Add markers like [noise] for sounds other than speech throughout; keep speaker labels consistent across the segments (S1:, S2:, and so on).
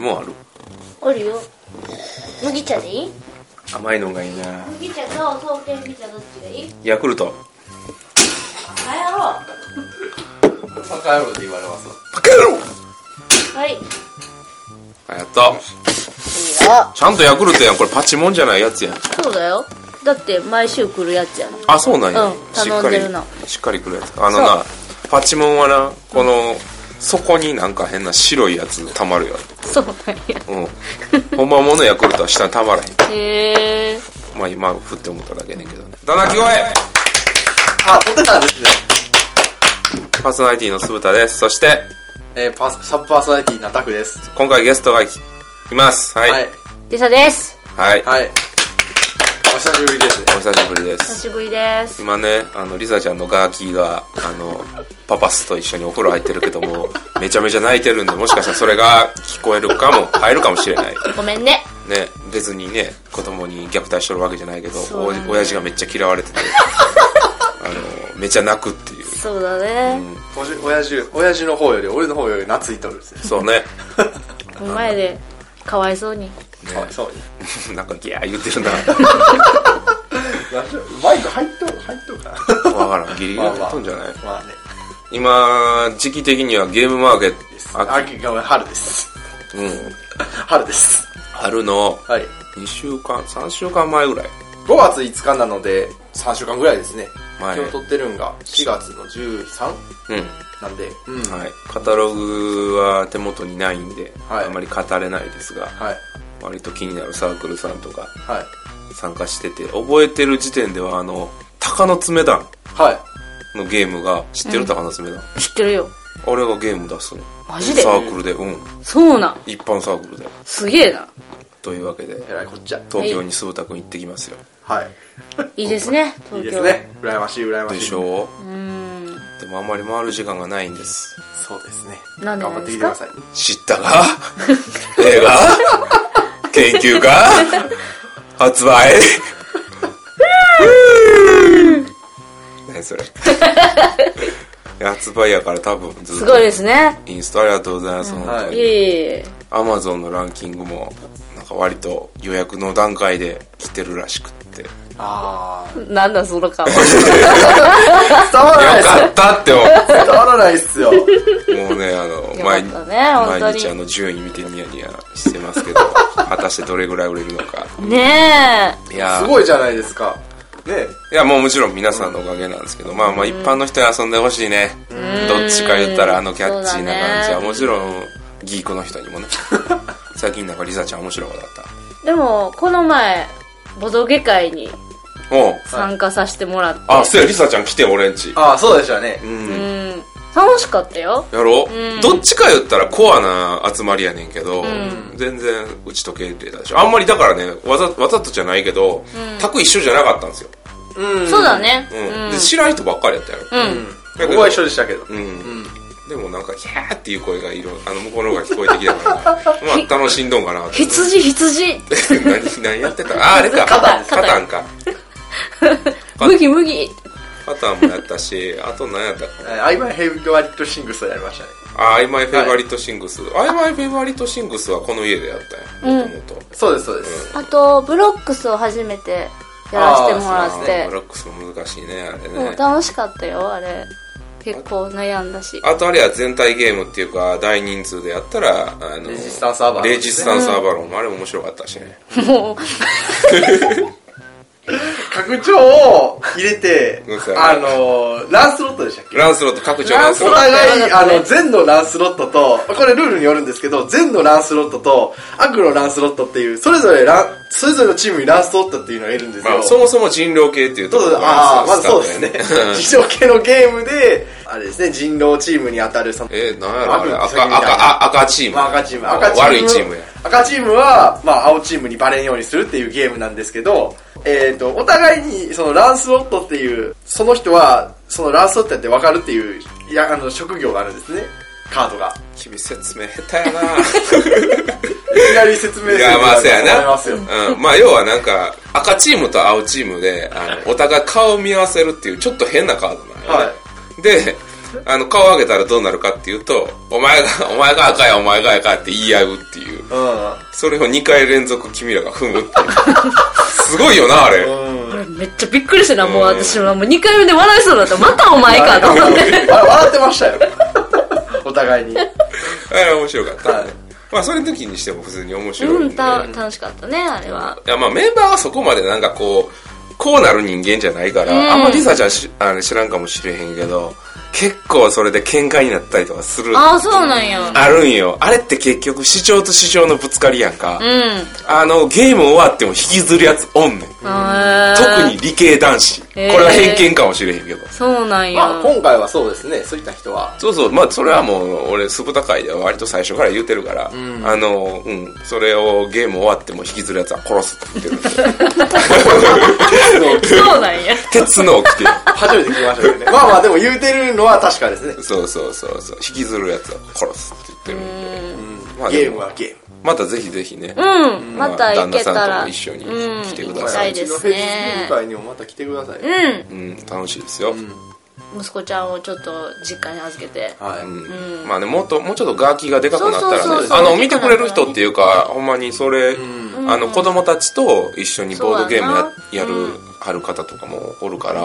S1: もある
S2: おるよ麦茶でいい
S1: 甘いのがいいな
S3: 麦茶と爽健麦茶どっちがいい
S1: ヤクルト
S3: 何やろ
S4: バカ野郎って言われます
S2: はいいい
S1: あやった
S2: よ
S1: ちゃんとヤクルトやんこれパチモンじゃないやつやん
S2: そうだよだって毎週来るやつやん
S1: あそうなんや、
S2: うん
S1: しっ
S2: 頼
S1: か
S2: んでるな
S1: りしっかりくるやつあのなパチモンはなこの底になんか変な白いやつたまるよ
S2: そうなんや [laughs]
S1: うんほんまもんのヤクルトは下にたまらへん
S2: へえ
S1: まあ今振って思っただけやねんけどねだなき声
S4: あ、撮ってたんですね。
S1: パーソナリティの酢豚ですそして
S4: えー、パス、サブパーソナリティなタクです。
S1: 今回ゲストがきいますはいはい、。
S2: でさです
S4: はい。お久しぶりですね。
S1: お久しぶりです
S2: 久しぶりです
S1: 今ねあのリサちゃんのガーキーがあのパパスと一緒にお風呂入ってるけどもめちゃめちゃ泣いてるんでもしかしたらそれが聞こえるかも入るかもしれない
S2: ごめんね
S1: ね別にね子供に虐待しとるわけじゃないけど、
S2: そ
S1: お
S2: うだね
S1: 親父がめっちゃ嫌われててあのめっちゃ泣くっていう
S2: そうだね
S4: おじ、親父、親父の方より、俺の方より懐いとるんですね。
S1: そうね [laughs]
S2: お前でかわいそうに
S4: かわいそうに。
S1: なんかギャー言ってるな
S4: マイク入っとる、入っとる [laughs] かな。
S1: わからんギリギリやっとんじゃない、
S4: まあね。
S1: 今時期的にはゲームマーケットあ
S4: 秋が春です。 [laughs]
S1: うん、
S4: 春です。
S1: 春の
S4: はい。
S1: 2週間3週間前ぐらい
S4: 5月5日なので、3週間ぐらいですね。
S1: 前
S4: 今日撮ってるんが、4月の 13?
S1: うん
S4: なんで、うん。はい。
S1: はい、カタログは手元にないんで、
S4: はい
S1: あんまり語れないですが、
S4: はい。
S1: 割と気になるサークルさんとか
S4: はい。
S1: 参加してて覚えてる時点ではあの鷹の爪団
S4: はい。
S1: のゲームが知ってる鷹の爪団、
S2: 知ってるよ
S1: あれがゲーム出すの
S2: マジで
S1: サークルでうん
S2: そうなん
S1: 一般サークルです
S2: げえな
S1: というわけで
S4: えらいこっちゃ。
S1: 東京に鈴田君行ってきますよ
S4: はい。
S2: いいですね東京
S4: いいですね。羨ましい、羨ましい。
S1: でしょ
S2: うーん
S1: うでもあんまり回る時間がないんです
S4: そうですね。
S2: なんで
S4: 頑
S2: なん
S4: 張っ
S2: で
S4: て
S2: す
S4: きてく
S2: か
S4: ださいね。
S1: 知ったか映画研究か発売何それ発売やから多分ず
S2: す
S1: っと
S2: ごいですね
S1: インストありがとうございます、本当
S4: はい
S1: に、
S2: えいえ
S1: Amazon のランキングもなんか割と予約の段階で来てるらしくってよ
S4: あー。
S2: なんだその顔
S4: 伝わらないっす
S1: かったって思う
S4: 伝わらないっすよ。
S1: もうねあの
S2: よ
S1: [laughs]
S2: か
S1: 毎
S2: っ
S1: 日
S2: たね本当
S1: 毎日あ
S2: に
S1: の順位見てニヤニヤしてますけど果たしてどれぐらい売れるのか
S2: ねえ
S1: いやー
S4: すごいじゃないですか。ね
S1: いや、もうもちろん皆さんのおかげなんですけど、まあまあ一般の人に遊んでほしいね。どっちか言ったらあのキャッチーな感じ
S2: そうだね
S1: は、もちろんギークの人にも
S2: [laughs]
S1: ね。最近なんかリサちゃん面白いことだっ
S2: でもこの前ボドゲ会に
S1: た。おう。
S2: 参加させてもらって、
S1: あ、そうや、リサちゃん来て、俺んち。
S4: あー、そうでしたね。
S1: うん。
S2: うん楽しかったよ
S1: やろ
S2: うん
S1: どっちか言ったらコアな集まりやねんけど
S2: ん、
S1: 全然打ち解けてたでしょ。あんまりだからね、わざ、わざとじゃないけど、卓一緒じゃなかったんですよ。
S4: うん
S2: そうだ。ね
S1: うん。で、知らん人ばっかりやったやろ。
S2: うん、
S4: う
S2: うん
S4: ん。僕は一緒でしたけど。
S1: うん
S4: うん。
S1: でもなんか、キャーっていう声がいろ、あの、向こうの方が聞こえてきたから、まあ、楽しんどんかなと思って。
S2: 羊羊
S1: 何、何やってたあ、あれか。
S2: カタン
S1: カタンか。
S2: 麦麦
S1: カタンもやったし、あと何やったか
S4: えーアイマイヘイブワリットシングスをやりましたね。
S1: な。あ、アイマイフェイバリットシングス。アイマイフェイバリットシングスはこの家でやったんや。もともと。
S4: そうです、そうです。
S2: あとブロックスを初めてやらせても
S4: あ
S2: ら
S4: ー
S2: っ
S4: そう
S2: て
S1: ブロックスも難しいね、あれ
S2: もう
S1: ね。
S2: 楽しかったよあれ結構悩んだし
S1: あとあれは全体ゲームっていうか、大人数でやったら、あの、
S4: レジスタンスアバロン
S1: レジスタンスアバロンもあれ面白かったしね。
S2: もう
S4: 拡張を入れて
S1: うんそう、
S4: あのー、ランスロットでしたっけ
S1: ランスロット、各長ランス
S4: お
S1: ロット。
S4: 互い、あ
S2: ランスロットね
S4: の、善のランスロットと、これルールによるんですけど、善のランスロットと、悪のランスロットっていう、それぞれラン、それぞれのチームにランスロットっていうのがいるんですよ。
S1: まあ、そもそも人狼系っていうと
S4: そう
S1: こ
S4: そ
S1: ろ
S4: うああ、まずそうですね。
S1: [laughs]
S4: 自動系のゲームで、あれですね、人狼チームに当たる、その、
S1: えー、なんやろあれ
S4: 悪
S1: 赤、赤、あ赤チーム。
S4: まあ赤チーム、赤チーム。
S1: 悪いチームや。。
S4: 赤チームは、まあ青チームにバレんようにするっていうゲームなんですけど、えっ、と、お互いに、そのランスロットっていう、その人は、そのランスロットやってわかるっていう、いや、あの、職業があるんですね。カードが。
S1: 君説明下手や
S4: いきなり説明す
S1: [laughs]
S4: る
S1: いやまあそうやな
S4: 思いますよ。
S1: なうん。まあ、要はなんか、赤チームと青チームで、あの、お互い顔を見合わせるっていう、ちょっと変なカードなのよね
S4: は
S1: で、あの、顔上げたらどうなるかっていうと、お前が、 [laughs] お前が赤や、お前が赤やって言い合うっていう。それを2回連続君らが踏むっていう。 [laughs] すごいよな、あれ。
S4: うん。うん。
S5: 俺めっちゃびっくりしてな、もう私はもう2回目で笑いそう
S2: [laughs]
S5: だった。またお前かと思っ
S4: あ
S5: て。
S4: れ笑ってましたよ。 [laughs] お互いに。
S1: あれ面白かった、
S4: はい
S1: まあ、それの時にしても普通に面白い
S2: うんん、
S1: で。
S2: た、楽しかったね、あれは。
S1: いやまあメンバーはそこまでなんかこうこうなる人間じゃないから、あんまりさちゃんしあの知らんかもしれへんけど結構それで喧嘩になったりとかする
S2: ああ、そうなんや。
S1: あるんよあれって結局市長と市長のぶつかりやんか、
S2: うん。
S1: あのゲーム終わっても引きずるやつおんねん、特
S2: 特
S1: に理系男子、
S2: へー
S1: これは偏見かもしれへんけど
S2: そうなんや
S4: まあ、今回はそうですね、そういった人
S1: [laughs]
S4: は。
S1: そうそうまあそれはもう俺酢豚会では割と最初から言うてるから、あのうんそれをゲーム終わっても引きずるやつは殺すって言ってる
S5: そうなんや。
S1: 鉄の掟
S4: 初めて聞きましたけどね。 [laughs] まあまあ、でも言うてるのは確かですね。
S1: そうそうそうそう引きずるやつは殺すって言ってるんでまあでも
S4: ゲームはゲーム。
S1: またぜひぜひね、
S2: [laughs] うん、また行
S1: 旦那
S2: けた
S1: さんと
S2: ら。
S1: も一緒に
S2: うん
S1: 来てく
S2: 行
S1: だ
S2: き
S1: さ
S2: た
S1: い
S2: いですね
S4: うちの平日。会にもまた来てください。
S2: うん、
S1: うん、楽しいですよ、
S2: 息子ちゃんをちょっと実家に預けて。
S4: はい。
S1: うんまあねもっともうちょっとガーキがでかくなったらね
S2: そうそうそうそう
S1: あの見てくれる人っていうかほんまにそれ、あの子供たちと一緒にボードゲームややる、ある方とかもおるから、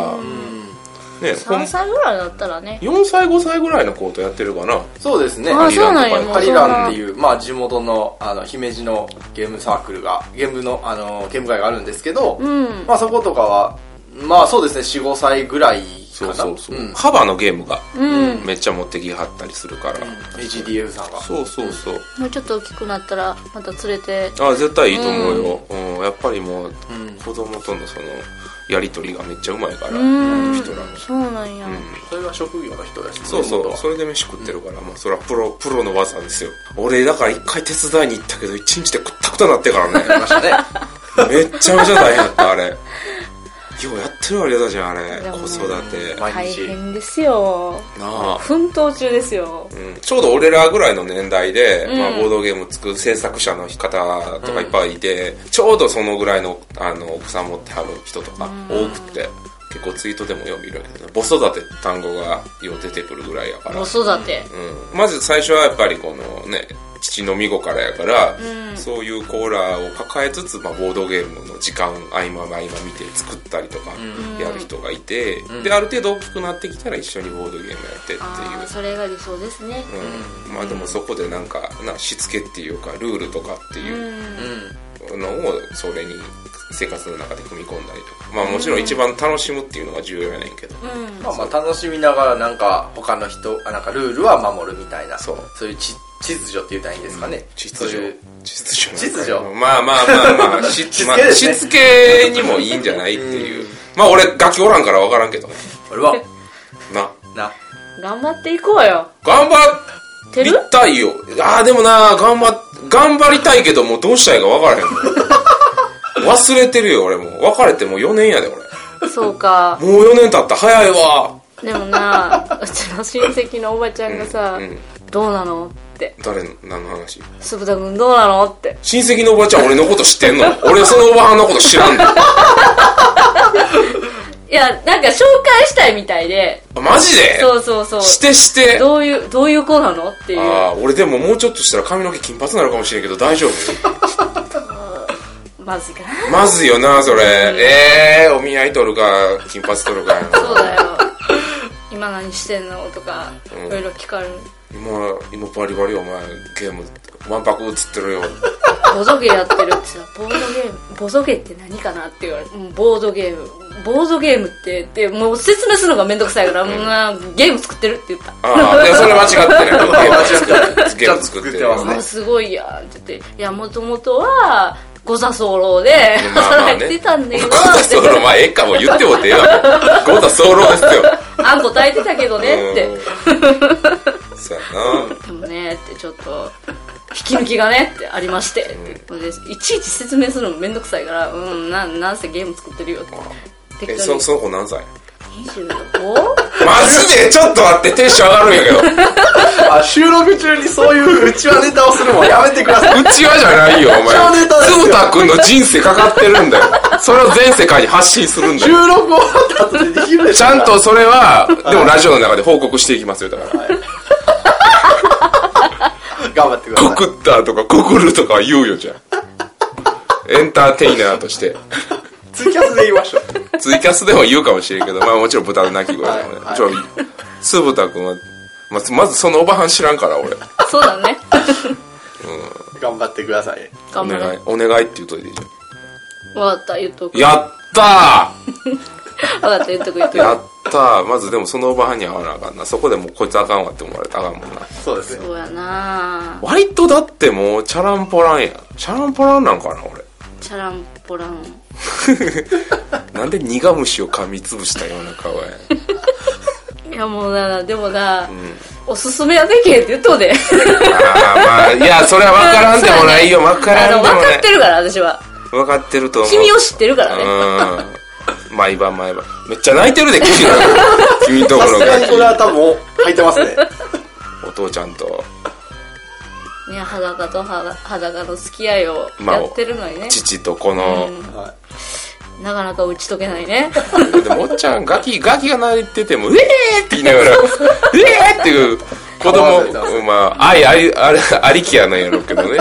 S1: ねほん
S2: 3歳ぐらいだったらね。
S1: 4歳5歳ぐらいの子とやってるかな
S4: そうですね。
S2: あ、
S1: リラ
S2: そ
S1: ンと
S2: うな
S1: か
S2: んや、も
S4: カ
S2: う
S4: リ
S2: そん
S4: ラン
S2: な
S4: って。いう、まあ、地元の、あの、姫路のゲームサークルが、ゲームの、あの、ゲーム会があるんですけど、
S2: ん
S4: まあ、そことかは、まあ、そうですね、4、5歳ぐらいか
S1: そ
S4: な。
S1: うそうそう、
S4: ん
S1: カバーのゲームが
S2: うん、
S1: めっちゃ持ってきはったりするから、
S4: HDF さんが。
S1: そうそうそう
S2: もうちょっと大きくなったら、また連れて。
S1: あ絶対いいと思うよ、うんやっぱりもう、
S4: ん
S1: 子供とのそのやり取りがめっちゃうまいから、
S2: うん
S1: 人らの、
S2: そうなんや。
S4: それが職業の人ですね。
S1: そうそ
S4: 元
S1: う
S4: は
S1: それで飯食ってるから、まあそれはプロプロの技ですよ俺だから一回手伝いに行ったけど一日でくったくたなってからね
S4: ありましたね。
S1: [laughs] めっちゃめちゃ大変だったあれようやってるわりだじゃんあれ
S2: でも
S1: 子
S2: ね
S1: 育てな
S4: 毎
S2: 大
S4: 日。
S2: 変ですよ。
S1: あ
S5: 奮闘中ですよ。
S1: うんちょうど俺らぐらいの年代で、
S2: ん
S1: まあ、ボードゲーム作る制作者の方とかいっぱいいて、ちょうどそのぐらいのあのお子さん持ってはる人とか多くて、結構ツイートでもよう見るけど、母育てって単語がよう出てくるぐらいやから、
S2: 子育て。
S1: うん、まず最初はやっぱりこのね、父のみ子からやから、そういうコーラを抱えつつ、まあ、ボードゲームの時間合間合間見て作ったりとかやる人がいて、である程度大きくなってきたら一緒にボードゲームやってっていう
S2: ああ、それが理想ですね。
S1: うんまあでもそこでなんかなしつけっていうかルールとかっていうのをそれに生活の中で組み込んだりとかまあもちろん一番楽しむっていうのが重要やねんけど、
S2: うん。
S4: まあまあ、楽しみながら、なんか、他の人、あなんか、ルールは守るみたいな。
S1: そう。
S4: そういうち秩序って言ったらいいんですかね。
S1: 秩
S4: そうい
S1: 序
S4: う
S1: 秩序
S4: 秩序
S1: まあまあまあまあし
S4: [laughs] しつけ
S1: まあ
S4: ですね
S1: しつけにもいいんじゃないっていうまあ俺楽器おらんから分からんけどね
S4: 俺は、
S1: な
S4: な、
S5: 頑張っていこうよ。
S1: 頑張
S2: て
S1: り
S2: る
S1: たいよああでもな頑張頑張りたいけどもうどうしたらいいか分からへん
S4: [laughs]
S1: もん忘れてるよ俺もう別れてもう4年やで俺
S2: そうか。
S1: もう4年経った早いわ
S2: でもな、うちの親戚のおばちゃんがさ
S1: う、ん
S2: どうなのって。
S1: 誰の何の話
S2: 鈴田君どうなのって。
S1: 親戚のおばちゃん俺のこと知ってんの俺そのおばはんのこと知らんの
S5: いや、なんか紹介したいみたいで。
S1: あマジで
S5: そうそうそう。
S1: してして
S5: どういう、どういう子なのっていう。
S1: ああ俺でももうちょっとしたら髪の毛金髪になるかもしれんけど大丈夫
S5: まずいかな。
S1: まずいよなそれええー、お見合い取るか金髪取るかやな
S2: そう
S1: [laughs]
S2: だよ。今何してんのとか、いろいろ聞かれる。
S1: 今今バリバリお前ゲームわんぱく映ってるよ
S2: ボドゲやってるってさ、ボードゲーム、ボドゲって何かなって言われる。うんボードゲーム。ボードゲームって、って、もう説明するのがめんどくさいから、うんまあ、ゲーム作ってるって言った。
S1: あ
S4: [laughs]
S1: あでそれ間違ってないゲーム
S4: 間違ってる
S1: ゲーム作ってる
S4: ちゃんと作ってますね
S2: あすごいやんって言って、いや、もともとは、ゴザソロで
S1: まあまあね
S2: 働いてたんだけど、
S1: ゴザソロまあええかもう言ってもってええわゴザソロですよ
S2: あんこ炊いてたけどねって。
S1: うんそうやな
S2: でもねってちょっと、引き抜きがねってありまして。でいちいち説明するのもめんどくさいから、うん、なん、なんせゲーム作ってるよって。適
S1: え
S2: 当
S1: そ
S2: に
S1: その子何歳
S2: 25?
S1: マジでちょっと待ってテンション上がるんやけど
S4: あ収録中にそういううちわネタをするもんやめてください。 [laughs]
S1: ちわじゃないよ、お前
S4: 超ネタ。ですよ
S1: つぶたくんの人生かかってるんだよ。それを全世界に発信するんだ
S4: 収
S1: よ。
S4: 録終わった後でできるでし
S1: ち
S4: ょ
S1: ゃんとそれは、でもラジオの中で報告していきますよ、だから。
S4: 頑張ってください
S1: 告ったとか告るとかは言うよ、じゃあ。エンターテイナーとして。
S4: ツイキャスで言いましょう
S1: ツイキャスでも言うかもしれんけど、まあもちろん豚の鳴き声だよね
S4: はいはい。
S1: ちょ、つぶたくんは、まあまずそのおばはん知らんから、俺。
S2: そうだね。
S4: 頑張ってください
S1: お
S2: 頑張
S1: 願い
S2: れ。、
S1: お願いって言うといていいじ
S2: わかった、言っとく。
S1: ゃん。やったー
S2: わかった、言っとく、言っと
S1: やったーまずでもそのおばはんに会わなあかんなそこでもうこいつあかんわって思われたらあかんもんな
S4: そうです
S2: く。
S4: ね
S2: そうやな
S1: 割とだってもうチャランポランやんチャランポランなんかな俺
S2: チャランポラン。
S1: なんで苦虫を噛みつぶしたような顔や
S2: いやもうな、でもな、おすすめはできへんって言っとうで。
S1: ああまあいやそれは分からんでもないよ分か
S2: あ
S1: ら
S2: の、
S1: ん
S2: 分
S1: でもな
S2: か
S1: い
S2: ってるから、私は。
S1: 分かってると思う
S2: 君を知ってるからね。
S1: うん毎晩毎晩めっちゃ泣いてるで君ら君とこ
S4: さ
S1: の
S4: すがにこれ
S1: ガ
S4: は多分入って [laughs] ますね
S1: キお父ちゃんと
S2: いや、裸とは裸の付き合いをやってるのにね。
S1: 父とこの、
S4: は
S2: なかなか打ち解けないね。 [laughs]
S1: でもおっちゃんガキガキが泣いてても「うえー!」って言いながら「うえー!」っていう子
S4: か
S1: 供
S4: わいそう
S1: うんまあ愛ありありありきやなんやろうけど
S2: [laughs]
S1: ね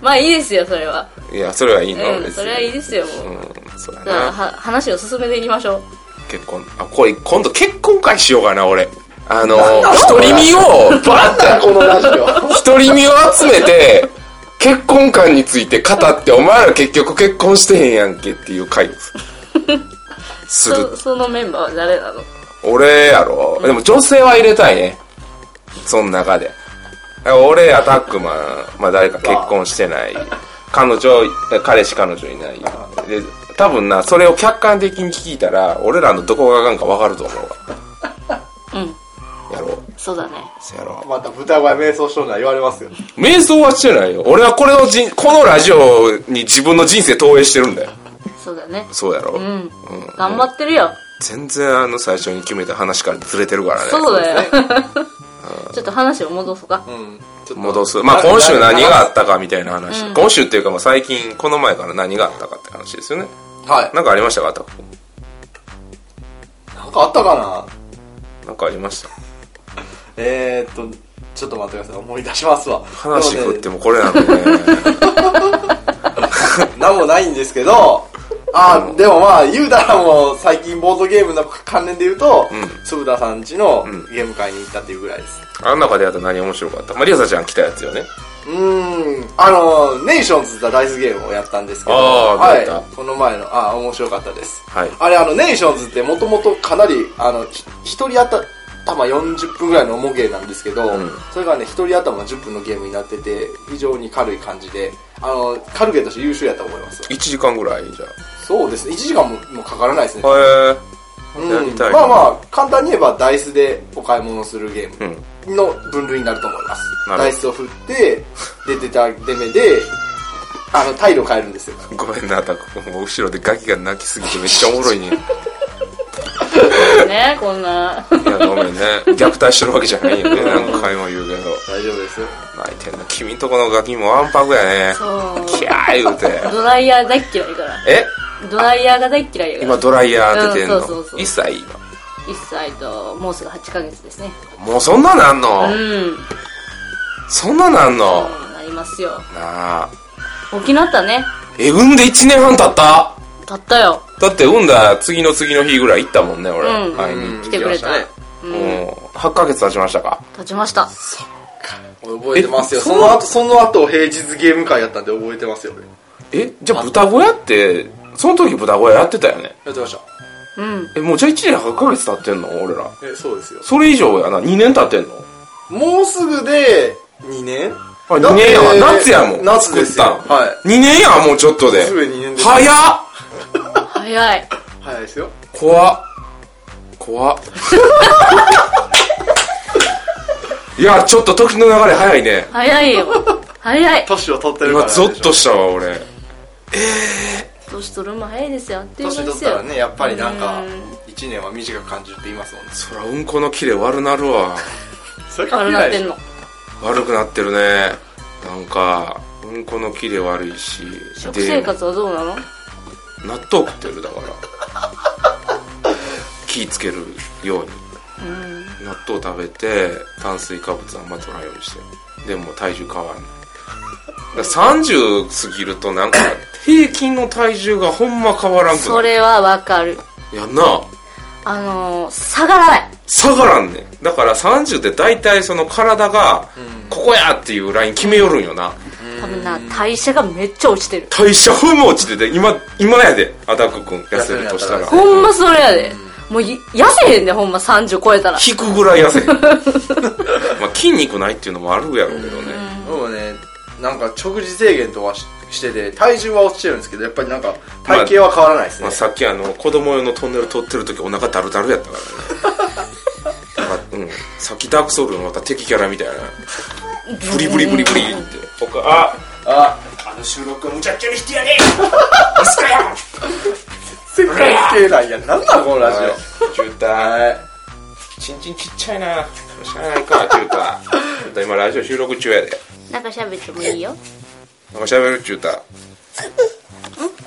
S2: まあいいですよ、それは。
S1: いやそれはいいの、
S2: うん、それはいいですよ、
S1: う
S2: もう。
S1: んそうや
S2: だから
S1: な
S2: は話を進めていきましょう。
S1: 結婚あこれ今度結婚会しようかな俺あの
S4: なんだ
S1: 独り身をバーッ
S4: いこのラジオ
S1: て独り身を集めて結婚観について語ってお前ら結局結婚してへんやんけっていう会をす
S2: [laughs]
S1: る
S2: そそのメンバーは誰なの
S1: 俺やろでも女性は入れたいねその中でだから俺やタックマン、まあ、誰か結婚して
S2: [laughs]
S1: ない彼女彼氏彼女いないで多分なそれを客観的に聞いたら俺らのどこがあかんか分かると思うわうんやろう
S2: そうだね。
S1: せやろ
S4: また豚声瞑想少女は言われますよ
S1: う瞑想はしてないよ俺はこれをじんこのラジオに自分の人生投影してるんだよ
S2: そうだね。
S1: そうやろ、う
S2: うん。頑張ってるよ。
S1: 全然あの最初に決めた話からずれてるからね
S2: そうだよ。 [laughs] ちょっと話を戻そうか。
S4: うん
S1: 戻す。まあ今週何があったかみたいな話。今週っていうかまあ最近、この前から何があったかって話ですよね。
S4: はい
S1: なんかありましたかタコ
S4: なんかあったかな
S1: なんかありました
S4: えーっとちょっと待ってください思い出しますわ
S1: 話振って
S4: も
S1: もこれなのね。 [laughs]
S4: 何もないんですけどあーでもまあ言うたらもう最近ボードゲームの関連で言うと
S1: うん
S4: つぶたさん家の
S1: ん
S4: ゲーム会に行ったっていうぐらいです
S1: あん中でやったら何面白かったまあリアサちゃん来たやつよね。
S4: うーんあのネーションズってダイスゲームをやったんですけど
S1: あーどうや
S4: は
S1: っ
S4: い、この前のあー面白かったです
S1: はい。
S4: あれあのネーションズってもともとかなりあのひ一人頭40分ぐらいの重ゲーなんですけど、
S1: ん
S4: それがね一人頭10分のゲームになってて非常に軽い感じであの軽ゲーとして優秀やと思います
S1: 1時間ぐらいじゃ
S4: そうですね1時間ももうかからないですね、
S1: あ。へ
S4: うん
S1: やりたい
S4: まあまあ簡単に言えばダイスでお買い物するゲ
S1: え。う
S4: ー
S1: ん。
S4: ムの分類になると思います、
S1: なるほど
S4: ダイスを振ってで出た出目であのタイルを変えるんですよ
S1: ごめんな、タコ。もう後ろでガキが泣きすぎてめっちゃおもろ
S2: [laughs]
S1: いね。い
S2: ね、こんな。
S1: や、ごめんね。虐待してるわけじゃないよね。何回も言うけど。
S4: 大丈夫ですよ
S1: 泣いてんの。君んとこのガキもわんぱくやね。
S2: そう。
S1: キャー言うて。
S2: ドライヤー大っ嫌いから。
S1: え
S2: ドライヤーが大っ嫌いやから。
S1: 今ドライヤー当ててんの、
S2: うんそうそうそう
S1: 1歳今
S2: 1歳ともうすぐ8ヶ月ですね
S1: もうそんななんの、
S2: うん
S1: そんななんの、
S2: そうなりますよ
S1: なあ
S2: 大きなったね
S1: え産んで1年半経った
S2: たったよ
S1: だって産んだ次の次の日ぐらい行ったもんね俺、
S2: うん
S1: 会いに
S2: 来てくれた
S1: 行きましたねもう8ヶ月経ちましたか
S2: 立ちました
S4: 覚えてますよ
S1: え
S4: その後その後平日ゲーム会やったんで覚えてますよ俺
S1: えじゃあ豚小屋ってその時豚小屋やってたよね
S4: やってました
S2: うん
S1: えもうじゃあ1年8ヶ月経ってんの俺ら
S4: えそうですよ
S1: それ以上やな2年経ってんの
S4: もうすぐで2年
S1: あ2年やわ
S4: だって
S1: 夏やもん
S4: 夏ですよ
S1: 作ったの、
S4: は
S1: 2年やもうちょっとで
S4: すぐに2年です
S1: 早っ
S2: 早い
S4: 早いですよ
S1: 怖っ怖っいやちょっと時の流れ早いね
S2: 早い
S4: [laughs]
S2: よ早い
S4: 年を取ってるか
S1: 今
S4: ら
S1: ゾッとしたわ俺
S2: 年取るも早いですよあっという間
S4: 年
S2: で
S4: 取っ
S2: す
S4: た
S2: よ
S4: らねやっぱりなんか
S2: うん
S4: 1年は短く感じるって言いますもんね
S1: そらうんこのキレ悪なるわ
S4: それ
S2: 悪く
S4: 関係な
S2: ないって
S4: でし
S2: ん
S4: ょ
S2: の
S1: 悪くなってるねなんかうんこのキレ悪いし
S2: 食
S1: で
S2: 生活はどうなの
S1: 納豆食ってるだから [laughs] 気ぃつけるように納豆食べて炭水化物あんま取らないようにしてるでも体重変わんないだから30過ぎるとなんか平均の体重がほんま変わらんく
S2: そ
S1: なる
S2: れはわかる
S1: やんな
S2: あのー下がらない
S1: 下がらんねんだから30って大体その体がここやっていうライン決めよるんよな
S2: 多分な代謝がめっちゃ落ちてる
S1: 代謝ホルモン落ちてて今今やでアタック君痩せるとしたら
S4: 痩せるんやったら
S2: ほんまそれやでもうい痩せへんでほんま30超え
S4: [laughs]
S2: たら
S1: 引くぐらい痩せへん [laughs] まあ筋肉ないっていうのもあるやろうけどね
S4: 僕ねなんか食事制限とかししてて体重は落ちてるんですけどやっぱりなんか体型は変わらないです
S1: ま
S4: ね
S1: あ、、さっきあの子供用のトンネル通ってる時お腹ダルダルやった [laughs] からねなんか、うん、さっきダークソウルのまた敵キャラみたいなブリブリブリブリって僕あ
S4: あ
S1: あの収録をむちゃくちゃにしてやれオスカや
S4: 世界系なんやなんだこのラジ
S1: ジュータ
S4: オはい
S1: チンチンちっちゃいなしゃあないかジュータジュータ今ラジオ収録中やで
S2: なんか喋ってもいいよ
S1: なんか喋るジュータ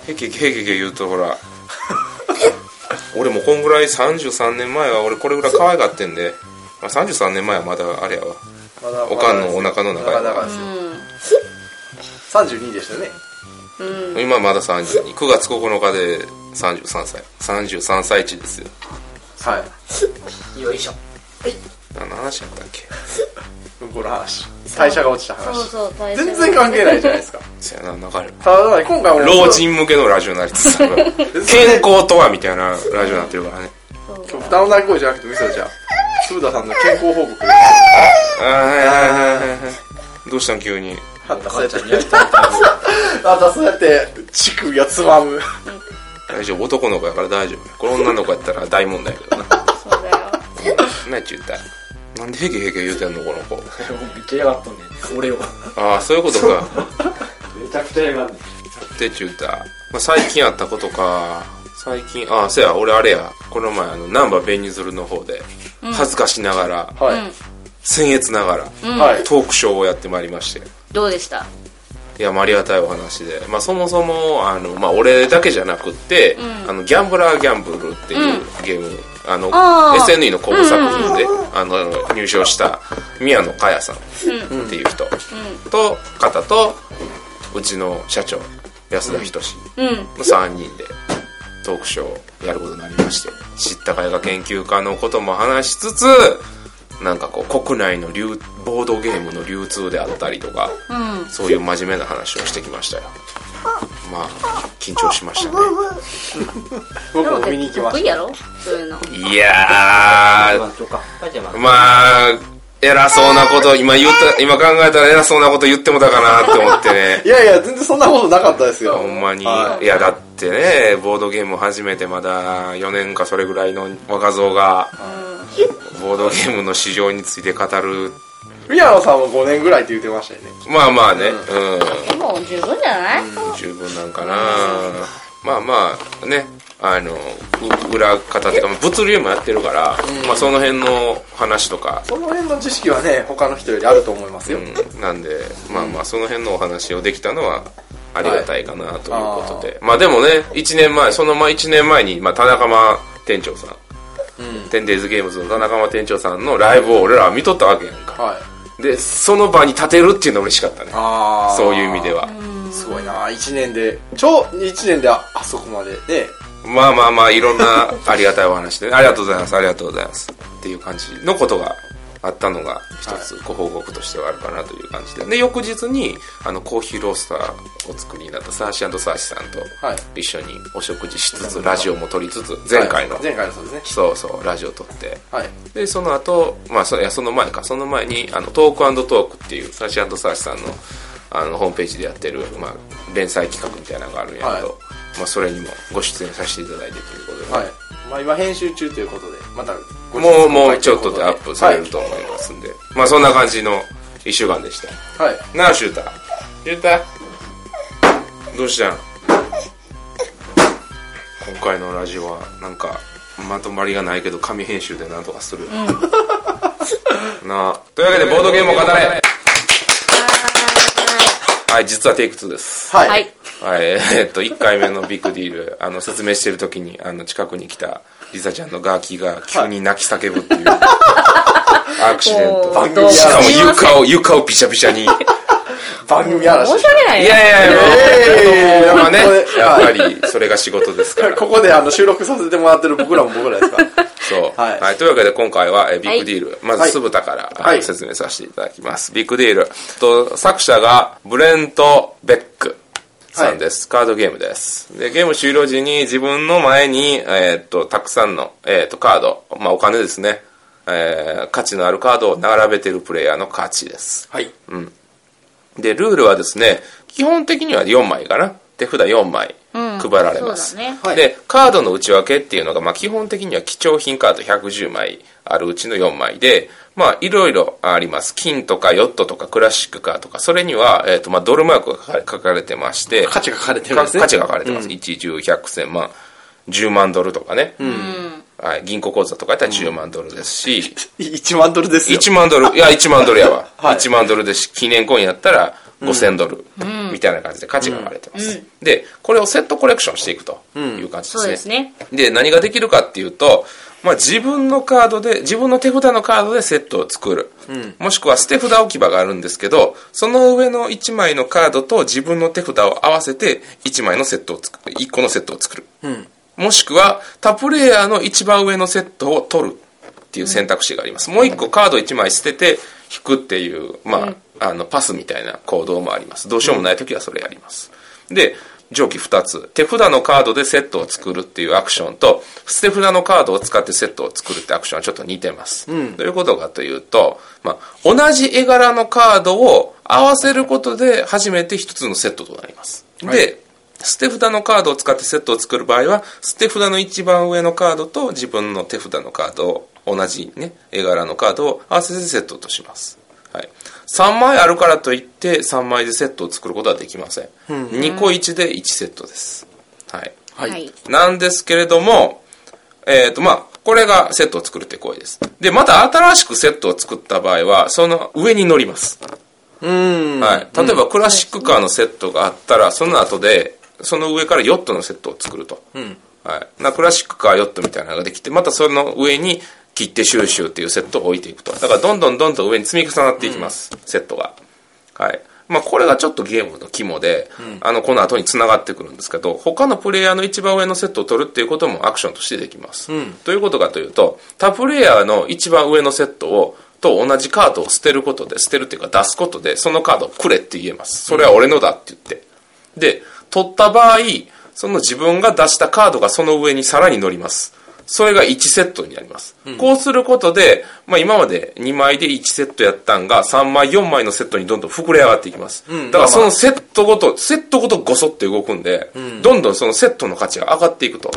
S1: へけへけへけへけ言うとほら俺もこんぐらい33年前は俺これぐらい可愛がってんで、まあ、33年前はまだあれやわ
S4: まだ
S1: おかんのお腹の中や
S4: なかなかですよ、32でしたね
S1: 今まだ32 9月9日で33歳33歳値ですよ
S4: はい
S6: よいしょ
S1: 何の話やったっけ
S4: うんこの話代謝が落ちた
S2: そう
S4: 話
S2: そう代謝
S4: 全然関係ないじゃないです [laughs] か
S1: そやな流れ
S4: ただ今回も
S1: 老人向けのラジオになりつつある健康とはみたいなラジオになってるからね
S4: 今日豚の鳴き声じゃなくてみそじゃん鈴田さんの健康報告
S1: あーはいはいはいはいどうしたん急に
S4: あんたそうやって
S6: に会いたい
S4: [laughs] あんたそうやって乳首をつまむ
S1: 大丈夫男の子やから大丈夫これ女の子やったら大問題やけどな
S2: そうだよ
S1: 何ちゅったなんでヘケヘケ言うてんのこの子
S6: めっちゃ嫌がっとんねん俺を
S1: ああそういうことか
S6: めちゃくちゃ嫌がっとんね
S1: でちゅうた、まあ、最近あったことか最近ああそや俺あれやこの前あの難波ベニズルの方で恥ずかしながら、
S4: はい、
S1: 僭越ながら、
S4: はい
S1: トークショーをやってまいりまして
S2: どうでした
S1: いやまあありがたいお話で、まあ、そもそもあの、まあ、俺だけじゃなくって、あのギャンブラーギャンブルっていうゲーム、あの
S2: あー
S1: SNE の公募作品で、あの入賞した宮野佳代さんっていう人、と方とうちの社長安田仁志
S2: うん
S1: の3人でトークショーをやることになりまして知った絵画研究家のことも話しつつなんかこう国内の流ボードゲームの流通であったりとか、そういう真面目な話をしてきましたよまあ緊張しましたね
S4: [laughs] 僕も見に行きま
S2: 得
S4: し
S2: 意やろそういうの
S1: いやー
S6: 番長かパジャマ
S1: まあ偉そうなこと今言った今考えたら偉そうなこと言ってもたかなって思って [laughs] ね
S4: たいやいや全然そんなことなかったですよ
S1: ほんまに、、
S4: はい
S1: やだってねボードゲームを始めてまだ4年かそれぐらいの若造が、ボードゲームの市場について語る
S4: 宮野さんも5年ぐらいって言ってましたよね
S1: まあまあねうん、
S2: でも十分じゃない
S1: 十分なんかな、まあまあねあのう裏方っていうか物流もやってるから、まあ、その辺の話とか、
S4: その辺の知識はね他の人よりあると思いますよ、
S1: うん、なんでまあまあその辺のお話をできたのはありがたいかなということで、まあでもね1年前そのま1年前に、まあ、田中間店長さん、テンデイズゲームズの田中間店長さんのライブを俺らは見とったわけやんか
S4: はい
S1: でその場に立てるっていうのは嬉しかったね
S4: あ
S1: そういう意味では
S4: すごいな1年で超1年でああそこまでね
S1: まあまあまあいろんな [laughs] ありがたいお話で、ね、ありがとうございますありがとうございますっていう感じのことがあったのが一つご報告としてはあるかなという感じでで翌日にあのコーヒーロースターを作りになったサーシサーシさんと
S4: はい
S1: 一緒にお食事しつつラジオも撮りつつ前回の、
S4: はい前回のそうですね
S1: そうそうラジオ撮って
S4: はい
S1: でその後、まあそいやその前かその前にあのトークトークっていうサーシサーシさんのあのホームページでやってる、まあ、連載企画みたいなのがあるんやけど、
S4: はい
S1: まあ、それにもご出演させていただいてということで、
S4: はいまあ今編集中ということでまたご
S1: もう、も
S4: ご
S1: うちょっとでアップされると
S4: は
S1: 思いますんで。まあそんな感じの一週間でした。
S4: い、はい
S1: なあ、シュータ。シュータ。どうしたん今回のラジオは、なんか、まとまりがないけど、紙編集でなんとかする。 [laughs] なあというわけでボードゲームを語れはい実はテイク2です
S4: はい。
S2: はい。
S1: はいえーっと1回目のビッグディールあの説明してる時にあの近くに来たリサちゃんのガーキが急に泣き叫ぶっていうアクシデント
S2: もう
S4: どう
S1: しかも
S2: すいません
S1: 床を床をピシャピシャにいや
S4: 番組嵐
S2: 申
S4: で
S2: し
S4: す。
S2: 訳ない
S1: い
S2: ね
S1: やいや子供はね
S4: これ
S1: やっぱりそれが仕事ですから
S4: ここであの収録させてもらってる僕らも僕らですから。
S1: [laughs] そう、
S4: は
S1: はいいというわけで今回は、えービッグディール、ま
S4: はい
S1: ず酢タから、
S4: はい
S1: はい説明させていただきます。ビッグディール。と作者がブレント・ベックさんです、カードゲームです。で、ゲーム終了時に自分の前に、えーっと、たくさんの、えーっと、カード、まあお金ですね、えー価値のあるカードを並べてるプレイヤーの勝ちです。
S4: はい。
S1: で、ルールはですね、基本的には4枚かな。手札4枚配られます。
S2: そうだね
S4: はい
S1: で、カードの内訳っていうのが、まあ、基本的には貴重品カード110枚あるうちの4枚で、まあ、いろいろあります。金とかヨットとかクラシックカーとか、それには、えっ、と、まあ、ドルマークが書かれ書かれてまして、
S4: 価値が書かれてるん
S1: か
S4: ですね。
S1: 価値が書かれてます。一1、10、100、1000万、10万ドルとかね。はい、銀行口座とかやったら10万ドルですし、
S4: 1万ドルですよ。
S1: 1万ドル、いや、1万ドルやわ。
S4: [laughs] はい
S1: 1万ドルでし、記念コインやったら5000ドル、みたいな感じで価値が割れてます。で、これをセットコレクションしていくという感じですね。
S2: そうですね。
S1: で、何ができるかっていうと、まあ、自分のカードで、自分の手札のカードでセットを作る。もしくは捨て札置き場があるんですけど、その上の1枚のカードと自分の手札を合わせて、1枚のセットを作る。1個のセットを作る。もしくは、他プレイヤーの一番上のセットを取るっていう選択肢があります。もう1個カード1枚捨てて、引くっていう、まあ、あの、パスみたいな行動もあります。どうしようもない時はそれやります。で、上記2つ。手札のカードでセットを作るっていうアクションと、捨て札のカードを使ってセットを作るってアクションはちょっと似てます。どういうことかというと、まあ、同じ絵柄のカードを合わせることで初めて1つのセットとなります。で、捨て札のカードを使ってセットを作る場合は、捨て札の一番上のカードと自分の手札のカードを、同じね、絵柄のカードを合わせてセットとします。はい。3枚あるからといって、3枚でセットを作ることはできません。2個1で1セットです。はい。
S2: はい。
S1: なんですけれども、えっ、と、まあ、これがセットを作るって行為です。で、また新しくセットを作った場合は、その上に乗ります。
S4: うん。
S1: はい、例えばクラシックカーのセットがあったら、その後でその上からヨットのセットを作ると、はい、なクラシックカーヨットみたいなのができてまたその上に切手収集っていうセットを置いていくとだからどんどんどんどん上に積み重なっていきます、セットがはいまあ、これがちょっとゲームの肝で、あのこの後に繋がってくるんですけど他のプレイヤーの一番上のセットを取るっていうこともアクションとしてできます、ということかというと他プレイヤーの一番上のセットをと同じカードを捨てることで捨てるっていうか出すことでそのカードをくれって言えますそれは俺のだって言って、で取った場合その自分が出したカードがその上にさらに乗りますそれが1セットになります、こうすることで、まあ、今まで2枚で1セットやったんが3枚4枚のセットにどんどん膨れ上がっていきます、だからそのセットごとセットごとごそって動くんで、どんどんそのセットの価値が上がっていくと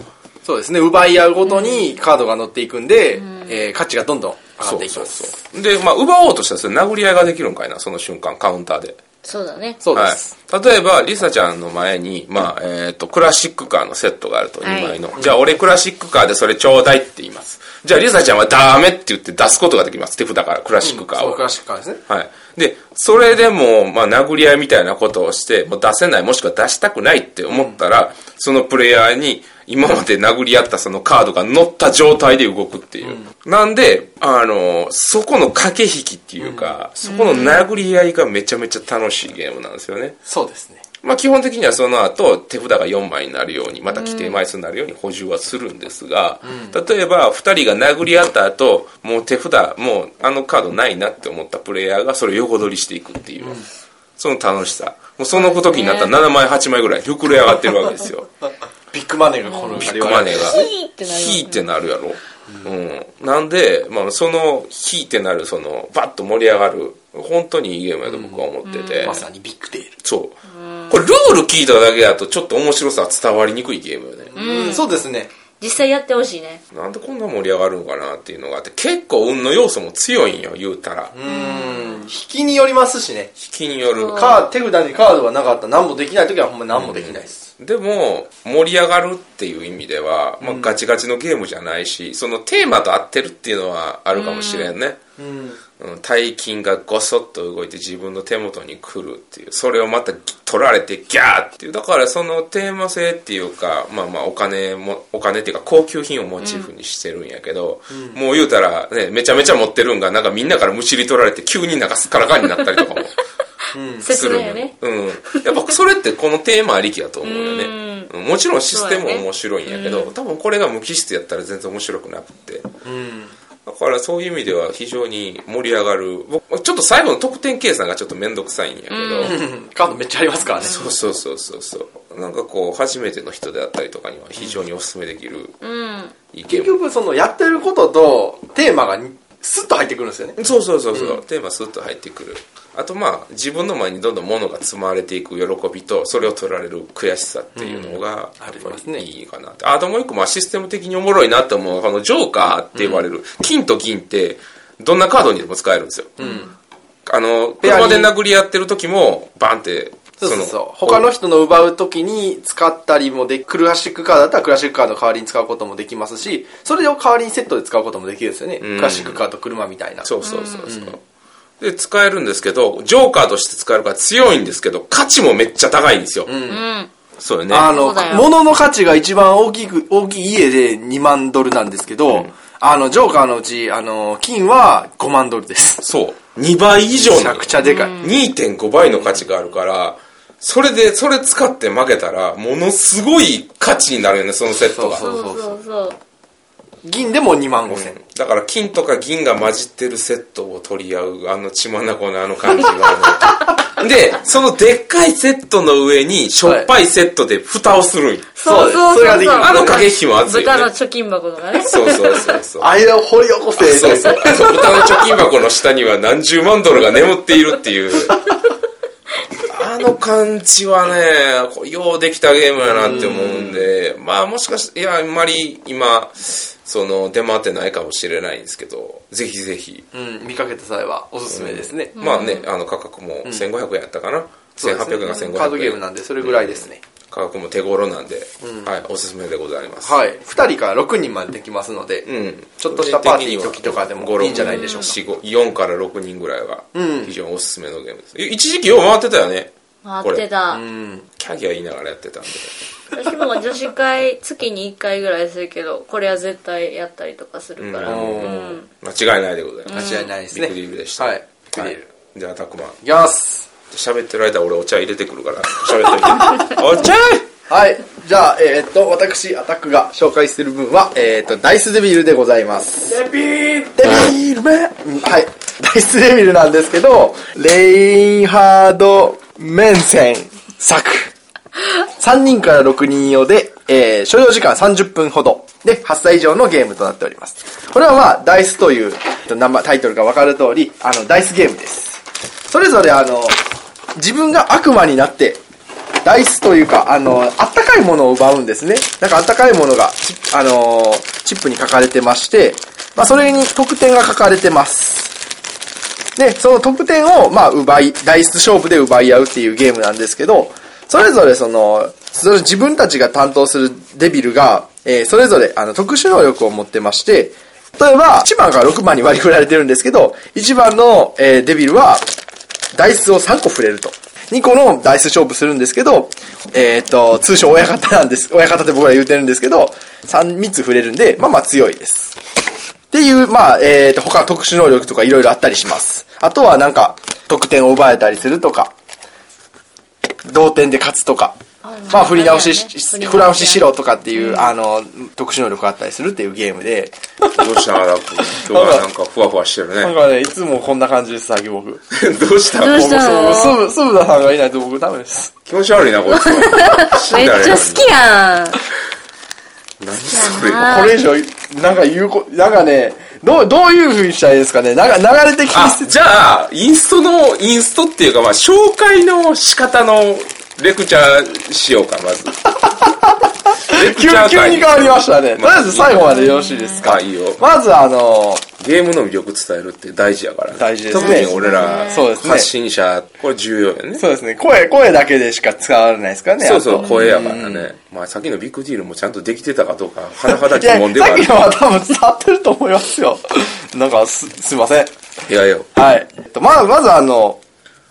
S4: そうですね。奪い合うごとにカードが乗っていくんで、えー価値がどんどん上が
S1: そ
S4: って
S1: う
S4: いき
S1: そ
S4: ま
S1: う
S4: す。
S1: そうで、まあ、奪おうとしたらそれ殴り合いができるんかいなその瞬間カウンターで
S2: そうだね。
S4: そうで
S1: はい
S4: す。、
S1: 例えば、リサちゃんの前に、まあ、えっ、と、クラシックカーのセットがあると、
S2: はい
S1: 2枚の。じゃあ、俺クラシックカーでそれちょうだいって言います。じゃあ、リサちゃんはダメって言って出すことができます。手札からクラシックカー
S4: そう
S1: を。
S4: クラシックカーですね。
S1: はい。で、それでも、まあ、殴り合いみたいなことをして、もう出せない、もしくは出したくないって思ったら、そのプレイヤーに、今まで殴り合ったそのカードが乗った状態で動くっていう。なんで、あの、そこの駆け引きっていうか、そこの殴り合いがめちゃめちゃ楽しいゲームなんですよね。
S4: そうですね。
S1: まあ、基本的にはその後手札が4枚になるようにまた規定枚数になるように補充はするんですが、例えば2人が殴り合った後もう手札もうあのカードないなって思ったプレイヤーがそれを横取りしていくっていう、その楽しさもうその時になったら7枚8枚ぐらい膨れ上がってるわけですよ
S4: ビッグマネーがこのビ
S1: ビッグマネーが
S2: いいってなるよね
S1: ヒーってなるやろ、うん、なんで、まあ、そのヒーってなるそのバッと盛り上がる本当にいいゲームやと僕は思ってて、
S4: まさにビッグデー
S1: そう。これルール聞いただけだとちょっと面白さは伝わりにくいゲームよね。
S4: ル。うん、そうですね。
S2: 実際やってほしいね。
S1: なんでこんな盛り上がるのかなっていうのがあって、結構運の要素も強いんよ、言うたら。引
S4: うん、引きによりますしね。
S1: きによる。
S4: カー手札にカードがなかったら何もできない時はほんま何もできないです。
S1: でも、盛り上がるっていう意味では、まあ、ガチガチのゲームじゃないし、そのテーマと合ってるっていうのはあるかもしれんね。
S4: うん。
S1: うん大金がごそっと動いて自分の手元に来るっていう、それをまた取られてギャーっていう、だからそのテーマ性っていうか、まあまあお金も、お金っていうか高級品をモチーフにしてるんやけど、もう言うたらね、めちゃめちゃ持ってるんが、なんかみんなからむしり取られて急になんかすっからかんになったりとかも。
S2: 切ないよね。
S1: うん。やっぱそれってこのテーマありきだと思うよね。うんもちろんシステム
S2: そう
S1: も
S2: だね
S1: 面白いんやけど、多分これが無機質やったら全然面白くなくて。だからそういう意味では非常に盛り上がる。僕、ちょっと最後の得点計算がちょっとめんどくさいんやけど。
S4: カードめっちゃありますからね。
S1: そうそうそうそうそう。なんかこう、初めての人であったりとかには非常にお勧めできる
S2: うん。
S1: 意見
S4: 結局、その、やってることと、テーマがにスッと入ってくるんですよね。
S1: そうそうそうそう、テーマスッと入ってくるあとまあ自分の前にどんどん物が積まれていく喜びとそれを取られる悔しさっていうのがや
S4: あ
S1: っ
S4: り
S1: ぱ
S4: ますね
S1: りいいかなってあともう一個まあシステム的におもろいなって思うのがこのジョーカーって言われる、金と銀ってどんなカードにでも使えるんですよ、あの
S4: ペアに
S1: 車で殴り合ってる時もバンって
S4: そうそうそう。他の人の奪う時に使ったりもで、クラシックカードだったらクラシックカードの代わりに使うこともできますし、それを代わりにセットで使うこともできるんですよね。
S1: うん
S4: クラシックカードと車みたいな。
S1: そうそうそうそう、で使えるんですけどジョーカーとして使えるから強いんですけど価値もめっちゃ高いんですよ、
S2: うん。
S1: そうよね
S4: あ
S2: そ
S4: の
S2: うだ、よ
S4: 物の価値が一番大きく、大きい家で2万ドルなんですけど、あの、ジョーカーのうち、あの、金は5万ドルです。
S1: そう2倍以上
S4: め
S1: に
S4: ちゃくちゃでかい。
S1: 2.5倍の価値があるから、それで、それ使って負けたら、ものすごい価値になるよね、そのセットが。
S4: そう
S2: そ
S4: そううそ
S2: そうそう。
S4: 銀でも2万5千。
S1: うんだから、金とか銀が混じってるセットを取り合う、あの血まなこのあの感じが。 [laughs] で、そのでっかいセットの上に、しょっぱいセットで蓋をするんよ
S2: そうそうそうそう
S4: それができる。
S1: あの駆け引きも熱
S2: 部
S1: い
S2: 下
S1: よ
S2: の
S1: ね。
S2: 貯金箱とか [laughs] ね。
S1: そうそうそうそう。
S4: あれを掘り起こせ。
S1: そうそう。あの豚の貯金箱の下には何十万ドルが眠っているっていう。あの感じはね、こうようできたゲームやなって思うんで、まあもしかして、いや、あんまり今、その、出回ってないかもしれないんですけど、ぜひぜひ。
S4: [laughs] うん、見かけた際はおすすめですね。
S1: まあね、あの価格も1500円やったかな。
S4: そうですね
S1: 1800円が1500円。
S4: カードゲームなんで、それぐらいですね。
S1: 価格も手頃なんで、はい、おすすめでございます。
S4: はい。2人から6人までできますので、
S1: うん。
S4: ちょっとしたパーティーの時とかでも
S1: 5
S4: いいんじゃないでしょうか。
S1: 4, 4から6人ぐらいが
S4: うん
S1: 非常におすすめのゲームです、一時期よう回ってたよね
S2: 回ってた。
S4: うん。
S1: キャギャ言いながらやってたんで
S2: 私も女子会月に1回ぐらいするけど、これは絶対やったりとかするから。
S1: うん
S2: うん。
S1: 間違いないでございます、
S4: 間違いないです
S1: ビ
S4: ね。
S1: ッグリールでした
S4: はい。ビッグリール。
S1: はいじゃあタクマン
S4: いきます。
S1: 喋ってる間俺お茶入れてくるから [laughs] 喋っといてお茶
S4: はい。じゃあ、えーっと、私、アタックが紹介する分は、えーっと、ダイスデビルでございます。デビルデビルめはい。 [laughs] ダイスデビルなんですけど、レインハード・メンセン作。3人から6人用で、えー、所要時間30分ほどで8歳以上のゲームとなっております。これはまあ、ダイスという、えっと名前タイトルがわかる通り、あの、ダイスゲームです。それぞれあの、自分が悪魔になって、ダイスというか、あの、あったかいものを奪うんですね。なんかあったかいものが、チップあの、チップに書かれてまして、まあ、それに得点が書かれてます。で、その得点を、まあ、奪い、ダイス勝負で奪い合うっていうゲームなんですけど、それぞれその、それ自分たちが担当するデビルが、えーそれぞれ、あの、特殊能力を持ってまして、例えば、1番から6番に割り振られてるんですけど、1番の、えーデビルは、ダイスを3個振れると。2個のダイス勝負するんですけど、えーっと、通称親方なんです。親方って僕ら言うてるんですけど、3、3つ振れるんで、まあまあ強いです。っていう、まあ、えー、と、他特殊能力とかいろいろあったりします。あとはなんか、得点を奪えたりするとか、同点で勝つとか、まあ、振り直しし、
S2: あるよね
S4: 振り直ししろとかっていう、あの、特殊能力があったりするっていうゲームで、
S1: どうしたラップ今日はなんかふわふわしてる
S4: なん
S1: ね
S4: かね、いつもこんな感じです、最近僕。
S1: [laughs] どうした
S2: どうしたの
S4: そう、すぶださんがいないと僕ダメです。
S1: 気持ち悪いなこい
S4: [laughs]
S1: つ
S2: めっちゃ好きやん。
S1: 何それ
S4: これ以上、なんか言うこ、なんかね、どう、どういう風にしたらいいですかね、なんか流れ的
S1: あ
S4: に、
S1: じゃあ、インストの、インストっていうか、まあ、紹介の仕方のレクチャーしようか、ま
S4: [laughs]
S1: ず。レクチ
S4: 急
S1: ャー
S4: 急
S1: 会
S4: に変わりましたね。とり
S1: まあ
S4: あえず最後までよろしいですか
S1: あ、。いいよ。
S4: まずあの、
S1: ゲームの魅力伝えるって大事やからね。
S4: 大事ですね
S1: 特に俺ら、
S4: そうですね
S1: 発信者、これ重要やね。
S4: そうですね。声、声だけでしか使われないですからね。
S1: そうそ
S4: あ
S1: う、
S4: と
S1: 声やからね。まあ、さっきのビッグディールもちゃんとできてたかどうか、はなはだ
S4: [laughs] いや、
S1: 疑
S4: さっ
S1: 問
S4: き
S1: ではある。
S4: [laughs] のは多分伝わってると思いますよ。なんかす、すいません。
S1: いやいや、
S4: はい。えっと、まあ、まずあの、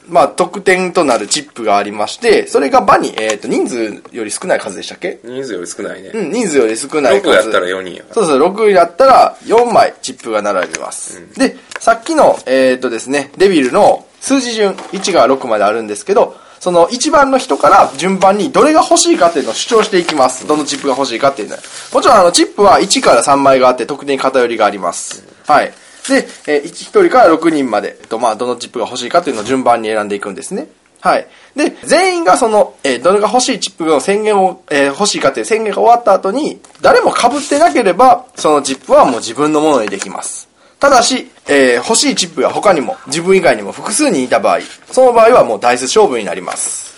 S4: まあ、得点となるチップがありまして、それが場に、えっと、人数より少ない数でしたっけ
S1: 人数より少ないね。
S4: うん、人数より少な
S1: 6
S4: い数。
S1: やったら4人やから。
S4: そうそう、6位だったら4枚チップが並びます。で、さっきの、えーっとですね、デビルの数字順、1が6まであるんですけど、その1番の人から順番にどれが欲しいかっていうのを主張していきます。どのチップが欲しいかっていうのは。もちろんあのチップは1から3枚があって特に偏りがあります。はい。で、えー、1, 人から6人まで、えっと、まあ、どのチップが欲しいかというのを順番に選んでいくんですね。はい。で、全員がその、えーどれが欲しいチップの宣言を、えー欲しいかという宣言が終わった後に、誰も被ってなければ、そのチップはもう自分のものにできます。ただし、えー欲しいチップが他にも、自分以外にも複数人いた場合、その場合はもうダイス勝負になります。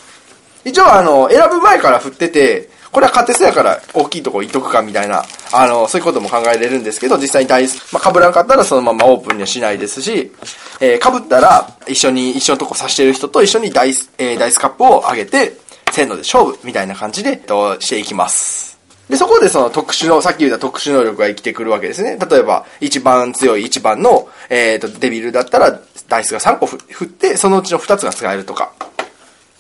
S4: 一応あの、選ぶ前から振ってて、これは勝てそうやから大きいとこ行っとくかみたいな、あの、そういうことも考えれるんですけど、実際にダイス、まあ、被らんかったらそのままオープンにはしないですし、えー被ったら一緒に、一緒のとこ刺してる人と一緒にダイス、えーダイスカップを上げて、せーので勝負みたいな感じで、えっと、していきます。で、そこでその特殊の、さっき言った特殊能力が生きてくるわけですね。例えば、一番強い一番の、えっ、と、デビルだったら、ダイスが3個ふ振って、そのうちの2つが使えるとか。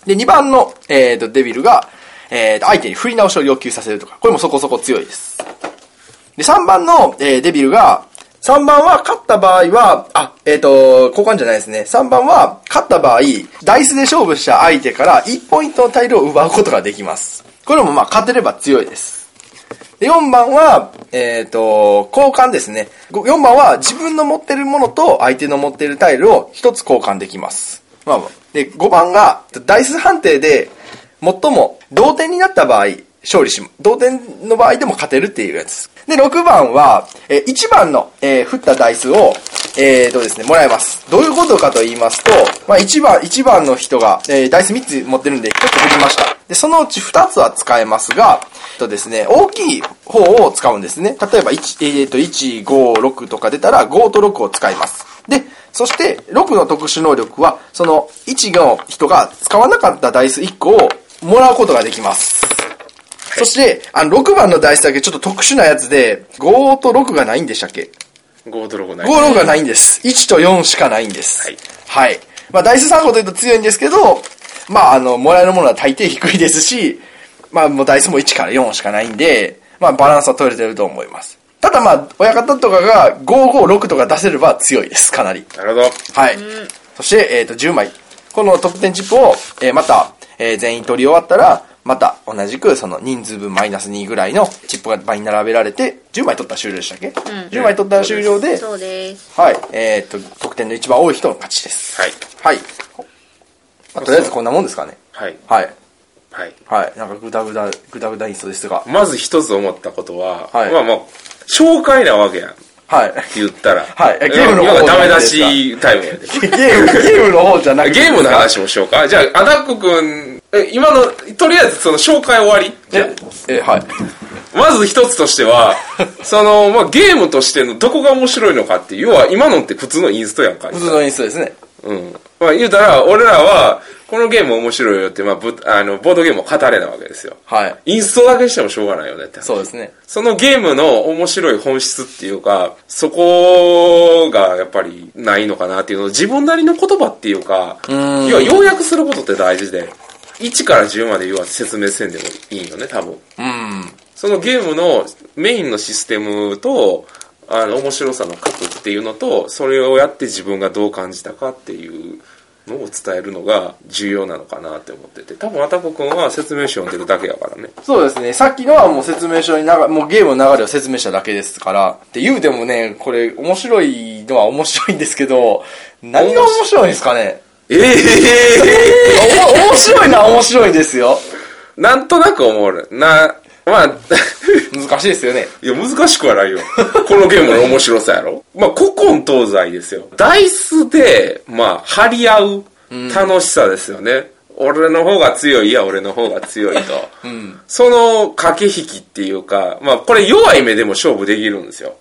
S4: で、2番の、えー、とデビルが、えー、と相手に振り直しを要求させるとか、これもそこそこ強いです。で、3番の、えーデビルが、3番は勝った場合は、あ、えっ、と、交換じゃないですね。3番は勝った場合、ダイスで勝負した相手から1ポイントの大量を奪うことができます。これもまあ勝てれば強いです。で、4番は、えっ、と、交換ですね。ご4番は自分の持ってるものと相手の持ってるタイルを1つ交換できます。まあまあ、で、5番が、ダイス判定で、最も同点になった場合、勝利し、同点の場合でも勝てるっていうやつ。で、6番は、えー1番の、えー振ったダイスを、えーとですね、もらいます。どういうことかと言いますと、まあ、1番、1番の人が、えーダイス3つ持ってるんで、1つ振りました。で、そのうち2つは使えますが、えっとですね、大きい方を使うんですね。例えば、1、えーと、1、5、6とか出たら、5と6を使います。で、そして、6の特殊能力は、その、1の人が使わなかったダイス1個をもらうことができます。そして、あの、6番のダイスだけちょっと特殊なやつで、5と6がないんでしたっけ
S1: 5と6ない。
S4: 5、6がないんです。1と4しかないんです。
S1: はい。
S4: はい。まあ、ダイス3個というと強いんですけど、まあ、あの、もらえるものは大抵低いですし、まあ、もうダイスも1から4しかないんで、まあ、バランスは取れてると思います。ただまあ、親方とかが5、5、6とか出せれば強いです、かなり。
S1: なるほど。
S4: はい。そして、えっ、と、10枚。この得点チップを、えーまた、えー全員取り終わったら、また同じくその人数分マイナス2ぐらいのチップが倍に並べられて、10枚取ったら終了でしたっけ、?10 枚取ったら終了で、
S2: そうです
S4: はい。えっ、と、得点の一番多い人の勝ちです。
S1: はい。
S4: はい。まあ、とりあえずこんなもんですかね。
S1: はい。
S4: はい。
S1: はい。
S4: はい。なんかグダグダ、グダグダインストですが。
S1: まず一つ思ったことは、
S4: はい
S1: まあまあ、紹介なわけやん。 [laughs]
S4: はい。
S1: 言ったら。
S4: はいゲームの方
S1: 要はダメ出
S4: じゃな
S1: しタイムやで。
S4: ゲーム、ゲームの方じゃなくて。
S1: ゲームの話もしようか。じゃあ、アダック君、え、今の、とりあえずその紹介終わりじゃあ
S4: え、え、はい。
S1: まず一つとして
S4: [laughs]
S1: は、その、まあ、ゲームとしてのどこが面白いのかっていう、要は今のって普通のインストやんか。
S4: 普通のインストですね。
S1: うん。まあ、言うたら、俺らは、このゲーム面白いよって、まあ、ぶあの、ボードゲームを語れなわけですよ。
S4: はい。
S1: インストだけしてもしょうがないよねって。
S4: そうですね。
S1: そのゲームの面白い本質っていうか、そこがやっぱりないのかなっていうのを自分なりの言葉っていうか、要
S4: ん
S1: は要約することって大事で、1から10まで要は説明せんでもいいよね、多分。
S4: うん。
S1: そのゲームのメインのシステムと、あの、面白さの核っていうのと、それをやって自分がどう感じたかっていうのを伝えるのが重要なのかなって思ってて、多分あたこくんは説明書読んでるだけやからね。
S4: そうですね。さっきのはもう説明書になが、もうゲームの流れを説明しただけですから。って言うてもね、これ面白いのは面白いんですけど、何が面白いんですか
S1: [laughs]
S4: ね
S1: ええ
S4: おも面白いのは面白いですよ。
S1: なんとなく思う。な、まあ、 [laughs]
S4: 難しいですよね。
S1: いや、難しくはないよ。このゲームの面白さやろまあ、古今東西ですよ。ダイスで、まあ、張り合う楽しさですよね。俺の方が強い、いや、俺の方が強いと。その駆け引きっていうか、まあ、これ弱い目でも勝負できるんですよ。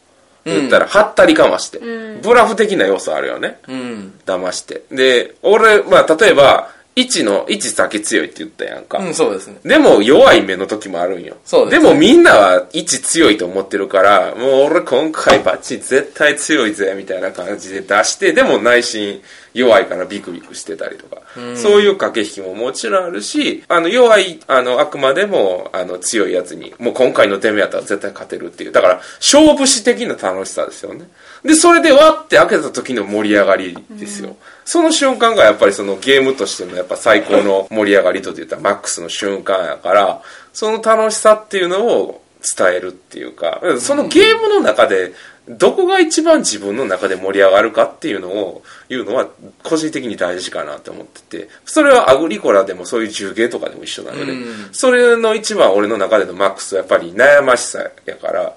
S1: 言ったら、はったりかまして。ブラフ的な要素あるよね。
S4: うん。
S1: 騙して。で、俺、まあ、例えば、 1の、1先強いって言ったやんか。
S4: うん、そうですね。
S1: でも弱い目の時もあるんよ。
S4: そう
S1: で
S4: で
S1: すもみんなは1強いと思ってるから、もう俺今回バッチリ絶対強いぜ、みたいな感じで出して、でも内心弱いからビクビクしてたりとか、そういう駆け引きももちろんあるし、あの弱い、あの、あくまでも、あの、強いやつに、もう今回の手目やったら絶対勝てるっていう。だから、勝負師的な楽しさですよね。で、それでわって開けた時の盛り上がりですよ。その瞬間がやっぱりそのゲームとしてのやっぱ最高の盛り上がりとって言ったらマックスの瞬間やから、その楽しさっていうのを伝えるっていうか、そのゲームの中でどこが一番自分の中で盛り上がるかっていうのを言うのは個人的に大事かなと思ってて、それはアグリコラでもそういう中芸とかでも一緒なので、それの一番俺の中でのマックスはやっぱり悩ましさやから、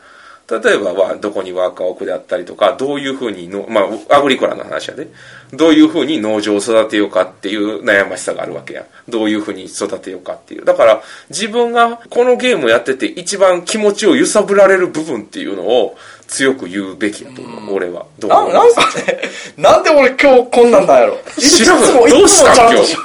S1: 例えばはどこにワーカーを置くであったりとか、どういうふうにの、まあ、アグリコラの話やで、どういうふうに農場を育てようかっていう悩ましさがあるわけやん。どういうふうに育てようかっていう。だから、自分がこのゲームやってて一番気持ちを揺さぶられる部分っていうのを強く言うべきやと思う、俺は。どう
S4: な
S1: 思
S4: ん、
S1: う
S4: なんすかね。なんで俺今日こんなんなんやろ。い
S1: 知らん
S4: つも、い
S1: どう
S4: つも
S1: し
S4: ち
S1: た
S4: ゃ
S1: ん
S4: んとし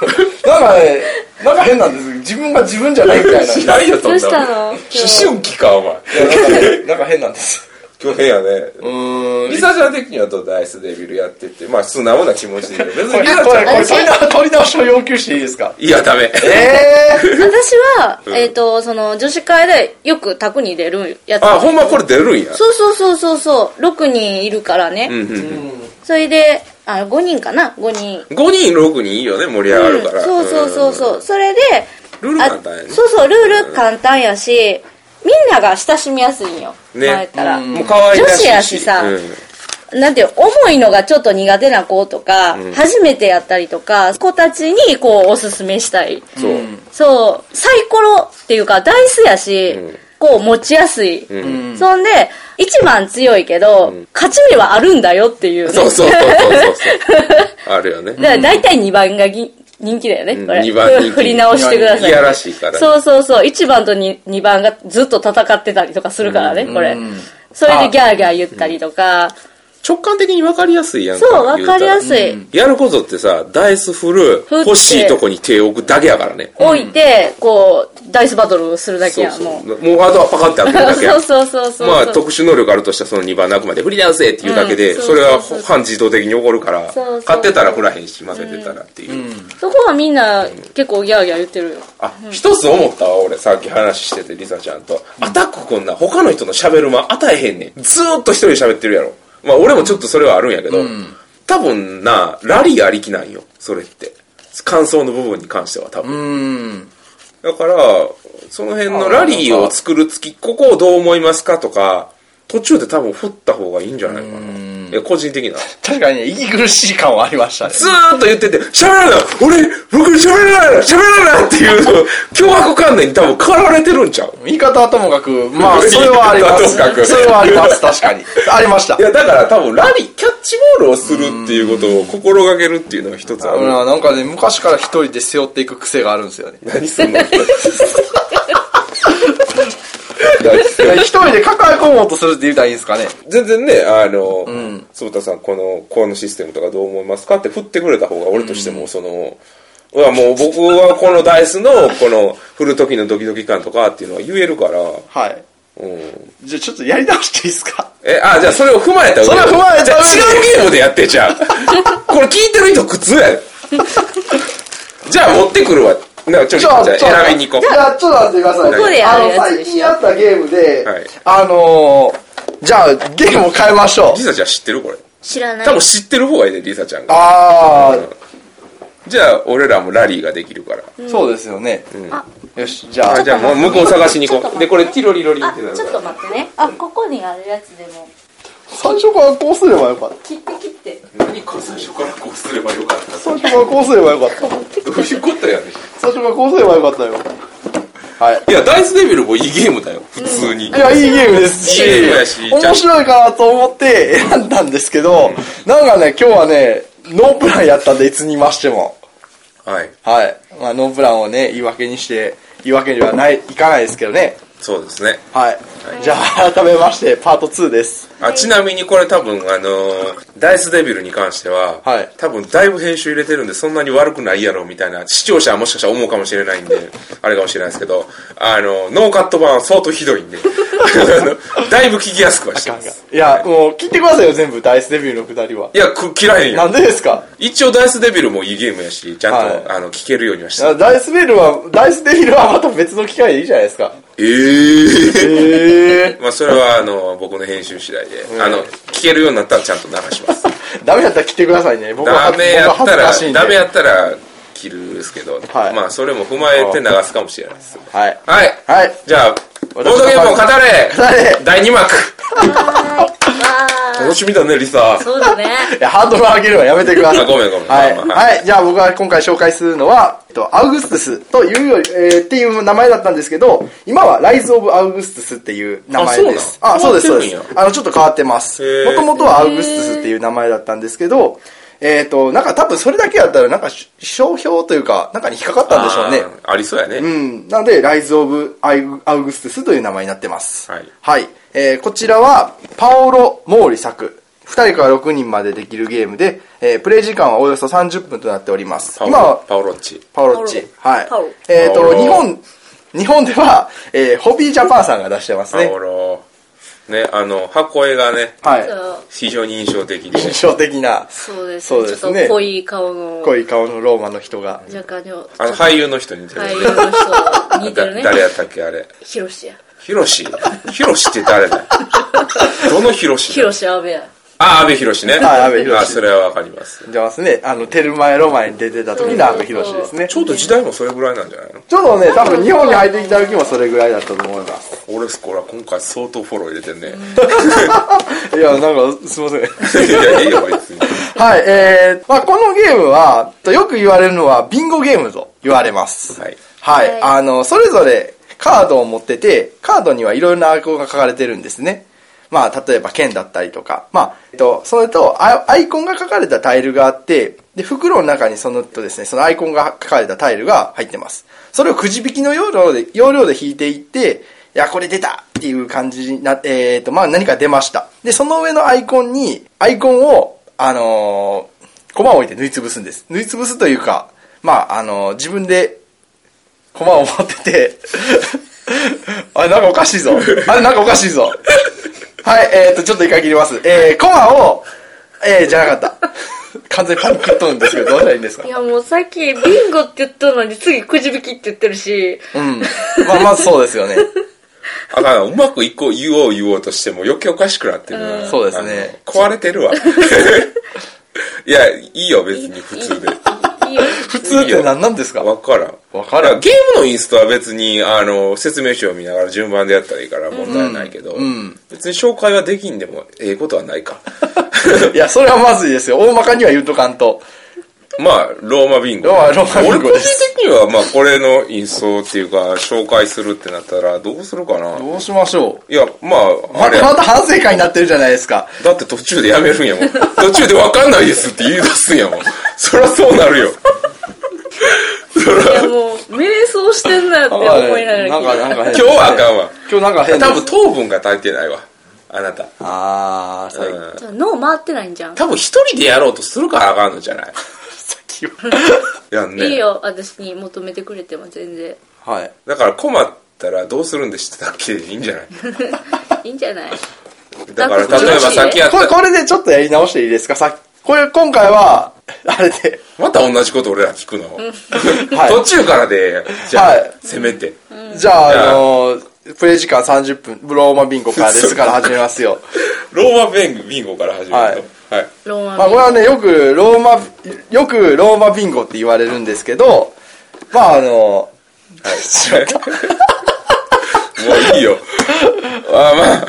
S4: なんかね、なんか変なんです。自分が自分じゃないみたいな。
S1: 知らんよ、そんな
S2: どう
S1: の。
S2: したの今日
S1: 思春期か、お前。
S4: いやなんかなんか変なんです。
S1: 今日変やね。
S4: うーん。
S1: リサちゃん的にはどうダイスデビルやってて、まあ素直な気持ちで。別
S4: こ
S1: に
S4: れ、
S1: リ
S4: こ
S1: サち
S4: れ、
S1: ゃ
S4: これ
S1: ん
S4: 取り直取り直しを要求していいですか
S1: いや、ダメ。
S4: え
S2: [laughs]
S4: ー
S2: 私は、えっ、と、その、女子会でよく宅に出るやつ。
S1: あ、ほんまこれ出るんや。
S2: そうそうそうそうそう、6人いるからね。
S1: うんうんうん。
S2: それで、あ、5人かな ?5 人。
S1: 5人6人いいよね盛り上がるから、
S2: うんそうそうそうそう、それで
S1: ルール
S2: あ
S1: 簡単やね
S2: そうそうルール簡単やしみんなが親しみやすいんよ、
S1: ね
S2: 前ったら、
S1: うんもう可愛らしい
S2: 女子やしさ
S1: うん
S2: なんていう重いのがちょっと苦手な子とか、初めてやったりとか子たちにこうおすすめしたい
S1: そう、
S2: そうサイコロっていうかダイスやし、こう持ちやすい、そんで一番強いけど、勝ち目はあるんだよっていうね
S1: そうそうそうそうそうあるよね
S2: だから大体2番がぎ人気だよね、
S1: うん
S2: [laughs] これ。
S1: 二番人気
S2: 振り直してください。
S1: いやらしいからね
S2: そうそうそう。1番と 2, 二番がずっと戦ってたりとかするからね、これ。それでギャーギャー言ったりとか。
S1: 直感的に分かりやすいやんか
S2: そう、わかりやす
S1: い
S2: い。
S1: やることってさダイス振る
S2: 振って
S1: 欲しいとこに手を置くだけやからね
S2: 置いて、こう、ダイスバトルするだけ
S1: そう
S2: や、
S1: そう
S2: もう。
S1: もうあとはパカって開けるだけや
S2: [laughs] そうそうそうそう。
S1: まあ特殊能力あるとしたらその2番のあくまで振り直せっていうだけで、
S2: うん
S1: それは
S2: そうそうそう
S1: 半自動的に起こるから
S2: そうそう
S1: 買ってたら振らへんし混ぜてたらっていう、
S2: そこはみんな結構ギャーギャー言ってるよ。
S1: あ、一つ思ったわ、俺、さっき話してて、リサちゃんと。アタックこんな、他の人の喋る間与えへんねん。ずーっと一人で喋ってるやろ。まあ、俺もちょっとそれはあるんやけど、多分な、ラリーありきなんよ、それって。感想の部分に関しては多分。
S4: うん。
S1: だから、その辺のラリーを作るつき、ここをどう思いますかとか、途中で多分振った方がいいんじゃないかな。いや、個人的な。
S4: 確かにね、息苦しい感はありましたね。
S1: ずーっと言ってて、喋らない俺、僕喋らない喋らないっていう、脅迫観念に多分駆られてるんちゃう
S4: 言い方はともかく、まあ、
S1: 言い
S4: そ
S1: 方
S4: れはありま
S1: はともかく
S4: す。それはあります、確かに。ありました
S1: い。や、だから多分ラリー、キャッチボールをするっていうことを心がけるっていうのが一つあ
S4: う
S1: る。
S4: んなんかね、昔から一人で背負っていく癖があるんですよね。
S1: 何すんの [laughs]
S4: 一人で抱え込もうとするって言うたらいいんですかね。
S1: 全然ね、あの、坪田さん、この、このシステムとかどう思いますかって振ってくれた方が、俺としても、その、うわ、もう僕はこのダイスの、この、振る時のドキドキ感とかっていうのは言えるから、
S4: はい。
S1: うん。
S4: じゃあちょっとやり直していいですか
S1: え、あ、じゃあそれを踏まえた上で
S4: それを踏まえた上で
S1: じゃあ違うゲームでやってじ
S4: [laughs]
S1: ゃん。これ聞いてる人苦痛やで。じゃあ持ってくるわ。なちょ、
S4: ち
S1: じ
S4: ょ
S1: ゃ
S4: っ
S1: あ
S4: と、
S1: 選びに行こ
S4: じゃあ、ちょっと待ってください。
S2: ここでやるやつ
S4: あの、最
S2: でしょ
S4: 近あったゲームで、
S1: はい
S4: あのー、じゃあ、ゲームを変えましょ
S1: う。
S4: う
S1: リ。サちゃん知ってるこれ。
S2: 知らない
S1: 多。分知ってる方がいいね、リサちゃんが。
S4: あ
S1: じゃあ、俺らもラリーができるから。
S4: ー、そうですよね。よし、じゃ
S1: あ
S4: あ、
S1: じゃあ、もう向こう探しに行こう。で、これ、ティロリロリ
S7: あ
S1: って
S7: ち
S1: なる
S7: ょ
S1: か
S7: っ
S1: ら。
S7: と待ってねあここにあるやつでも
S4: 最初からこうすればよかった。
S7: 切って切って
S1: 何か最初からこうすればよか
S4: [laughs]
S1: った。
S4: 最初からこうすればよかった。
S1: どういうことやね
S4: 最初からこうすればよかったよ。は
S1: ん。
S4: い。
S1: いや、ダイスデビルもいいゲームだよ、普通に。
S4: いや、いいゲームですし、
S1: いいゲームやし
S4: 面白いかなと思って [laughs] 選んだんですけど、なんかね、今日はね、ノープランやったんで、いつにましても。
S1: はい。
S4: はい。まあ、ノープランをね、言い訳にして、言い訳にはない、いかないですけどね。
S1: そうですね。
S4: はい。じゃあ、改めまして、パート2です。
S1: あちなみにこれ多分あのーダイスデビルに関しては、
S4: はい
S1: 多分だいぶ編集入れてるんでそんなに悪くないやろみたいな視聴者はもしかしたら思うかもしれないんで [laughs] あれかもしれないですけどあのノーカット版は相当ひどいんで [laughs] あのだいぶ聞きやすくはしてます
S4: いや、もう、聞いてくださいよ、全部、ダイスデビューのくだりは。
S1: いやく嫌い
S4: な
S1: よ
S4: んでですか
S1: 一応ダイスデビルもいいゲームやしちゃんと、
S4: はい
S1: あの聞けるようにはして
S4: あダイスベルは、ダイスデビルはまた別の機会でいいじゃないですか。
S1: ええ
S4: え
S1: [laughs] まあそれはあの僕の編集次第で、あの聞けるようになったらちゃんと流します
S4: ー、 [laughs] ダメだったら来てくださいね。僕は
S1: ダメやった
S4: 僕は
S1: ら
S4: 恥ずかしいんで
S1: ダメやったら切るですけど、
S4: はい
S1: まあそれも踏まえて流すかもしれないです
S4: はい。
S1: はい
S4: はい。
S1: じゃあボードゲームを語れ
S4: 語れ
S1: 第2幕楽しみだねリサあ
S2: そうだ [laughs] ね。
S4: いや、ハードル上げるはやめてください。
S1: ごめんごめん、
S4: はい。
S1: まあまあ
S4: はい。じゃあ僕が今回紹介するのは、えっと、アウグストゥスというより、えーっていう名前だったんですけど、今はライズ・オブ・アウグストゥスっていう名前です。
S1: あ
S4: あ、
S1: そ
S4: そう
S1: うな
S4: で
S1: の
S4: す、そうです
S1: 変わってる。
S4: あの、ちょっと変わってます
S1: へ。ー
S4: もともとはアウグストゥスっていう名前だったんですけど、えっ、と、なんか多分それだけだったら、なんか、商標というか、なんかに引っかかったんでしょうね。
S1: ーありそうやね、
S4: うん。なので、ライズ・オブ・アウグストゥスという名前になってます。
S1: はい
S4: えーこちらは、パオロ・モーリ作。2人から6人までできるゲームで、えープレイ時間はおよそ30分となっております。
S1: パオ
S4: 今は、
S1: パオロッチ
S4: パオロッチ。はい
S2: パオロ。
S4: えっ、
S1: パオ
S4: と、
S1: ロ
S4: 日本、日本では、えーホビージャパンさんが出してます
S1: パ
S4: ね
S1: オ。ロねあの箱絵がね
S4: はい。
S1: 非常に印象的で
S4: 印象的な、
S2: そうです
S4: そう
S2: ね。
S4: で
S2: ち
S4: す
S2: ょっと
S4: ね
S2: 濃い顔の、
S4: 濃い顔のローマの人が。
S2: 若干の、
S1: あの俳優の人に似てる
S2: 俳
S1: よ
S2: 優
S1: ね
S2: の人、似てる
S1: だ
S2: ね。
S1: 誰やったっけあれ
S2: ヒロシや。
S1: ヒロシヒロシって誰
S4: [laughs]
S1: だどのヒロシ
S2: ヒロシ阿部や。
S1: あ、安倍博士ね。
S4: はい安倍博士
S1: あ、それはわかります。
S4: 出ますね。あの、テルマエロマエに出てた時の阿部寛ですね。
S1: ちょうど時代もそれぐらいなんじゃないの
S4: ちょっとね、多分日本に入ってきた時もそれぐらいだったと思います。
S1: 俺、これは今回相当フォロー入れてんね。
S4: いや、なんか、すいません。
S1: いや、いいよ、別に。
S4: [laughs] はい、えー、まあこのゲームは、とよく言われるのは、ビンゴゲームと言われます。
S1: はい。
S4: はい、あの、それぞれカードを持ってて、カードにはいろいろなアイコンが書かれてるんですね。まあ、例えば剣だったりとか、まあ、えっと、それと、アイアイコンが書かれたタイルがあって、で、袋の中にそのとですね、そのアイコンが書かれたタイルが入ってます。それをくじ引きの要領で、要領で引いていって、いや、これ出たっていう感じにな、えっ、と、まあ何か出ました。で、その上のアイコンに、アイコンを、あのー、コマを置いて縫いつぶすんです。縫いつぶすというか、まあ、あのー自分で駒を持ってて、 [laughs] あれなんかおかしいぞ。あれなんかおかしいぞ。はい、えっ、と、ちょっと一回切ります。えー、駒を、えー、じゃなかった。完全にパンクっとるんですけど、どうしたらいいんですか
S2: いやもうさっきビンゴって言ったのに次くじ引きって言ってる [laughs] し、
S4: うん。まあ、まずそうですよね。
S1: あかん、うまく一個言おう言おうとしても余計おかしくなってるな
S4: そうですね。
S1: あの壊れてるわ。 [laughs] いや、いいよ、別に普通で。
S2: いいよ。
S4: 普通って何なんですか
S1: わからん。
S4: わからん
S1: いやゲームのインストは別に、あの、説明書を見ながら順番でやったらいいから問題ないけど、別に紹介はできんでもええことはないか。
S4: いや、それはまずいですよ。大まかには言うとかんと。
S1: まあ、ローマビンゴ。
S4: ローマローマビンゴ
S1: 俺
S4: で
S1: 個人的には、まあ、これの印象っていうか、紹介するってなったら、どうするかな。
S4: どうしましょ
S1: いや、ま
S4: う。
S1: あ、あ
S4: ま
S1: れ
S4: た
S1: や
S4: また反省会になってるじゃないですか。
S1: だって途中でやめるんやもん。途中でわかんないですって言い出すんやもん。そりゃそうなるよ。
S2: いやもう、瞑想してんなって思いながら聞い
S4: なんか、なんか変
S1: 今日はあかんわ。
S4: 今日なんか変
S1: 多分糖分が足りてないわ。あなた。
S4: あー、最
S1: うん。
S2: た脳回ってないんじゃん。
S1: 多分一人でやろうとするからあかんのじゃない
S4: 近
S1: やんね。
S2: いいよ、私に求めてくれても全然。
S4: [laughs] はい。
S1: だから困ったらどうするんでしたっけでいいんじゃない
S2: いいんじゃない
S1: だから
S2: だって
S1: 例えばさっきやっ
S4: これ、
S1: た、
S4: これでちょっとやり直していいですかさっきこれ、今回は、 [laughs] あれで、
S1: また同じこと俺ら聞くの。
S4: はい
S1: 途中からで、じゃあ、
S4: はい
S1: せめて。
S4: じゃあ、あのープレイ時間30分、ブローマビンゴからですから始めま
S1: [laughs]
S4: すよ。
S1: ローマ弁ビンゴから始めると。はい。
S2: ロー
S4: ま
S2: マ
S4: あ、
S2: ン
S4: これはね、よくローマ、よくローマビンゴって言われるんですけど、まあ、あの
S1: もう [laughs] いいよ。まあまあ、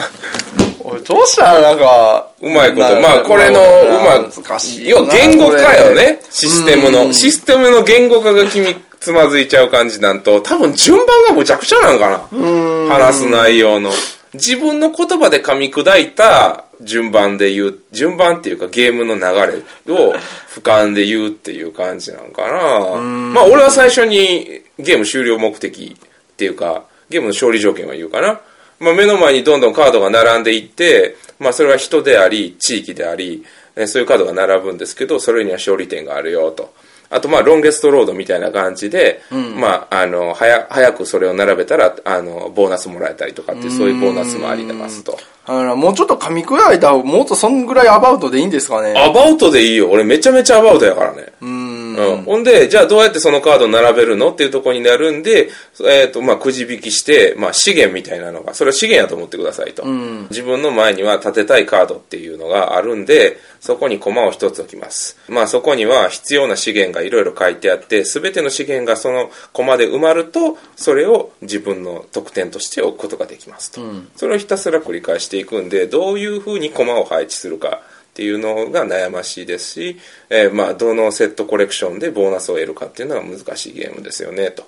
S4: ーおいどうしたらなんか、
S1: うまいこ
S4: な
S1: と。まあこれの、
S4: な
S1: うま
S4: 難しいな。
S1: 要は言語化よ
S4: これ。
S1: ね。システムの。システムの言語化が君つまずいちゃう感じなんと、多分順番がむちゃくちゃなんかな。話す内容の。自分の言葉で噛み砕いた順番で言う、順番っていうかゲームの流れを俯瞰で言うっていう感じなんかな。まあ俺は最初にゲーム終了目的っていうか、ゲームの勝利条件は言うかな。まあ、目の前にどんどんカードが並んでいって、まあ、それは人であり、地域であり、えーそういうカードが並ぶんですけど、それには勝利点があるよと。あと、まあ、ロンゲストロードみたいな感じで、まあ、あの、早、早くそれを並べたら、あの、ボーナスもらえたりとかって、そういうボーナスもありますと。
S4: あら、もうちょっと噛み砕いた方もっとそんぐらいアバウトでいいんですかね。
S1: アバウトでいいよ。俺めちゃめちゃアバウトやからね。
S4: うん。
S1: うん、ほんで、じゃあどうやってそのカードを並べるのっていうところになるんで、えっ、と、まあ、くじ引きして、まあ、資源みたいなのが、それは資源やと思ってくださいと。自分の前には立てたいカードっていうのがあるんで、そこに駒を一つ置きます。まあ、そこには必要な資源がいろいろ書いてあって、すべての資源がその駒で埋まると、それを自分の得点として置くことができますと。それをひたすら繰り返していくんで、どういうふうに駒を配置するか。っていうのが悩ましいですし、えーまあ、どのセットコレクションでボーナスを得るかっていうのは難しいゲームですよね、と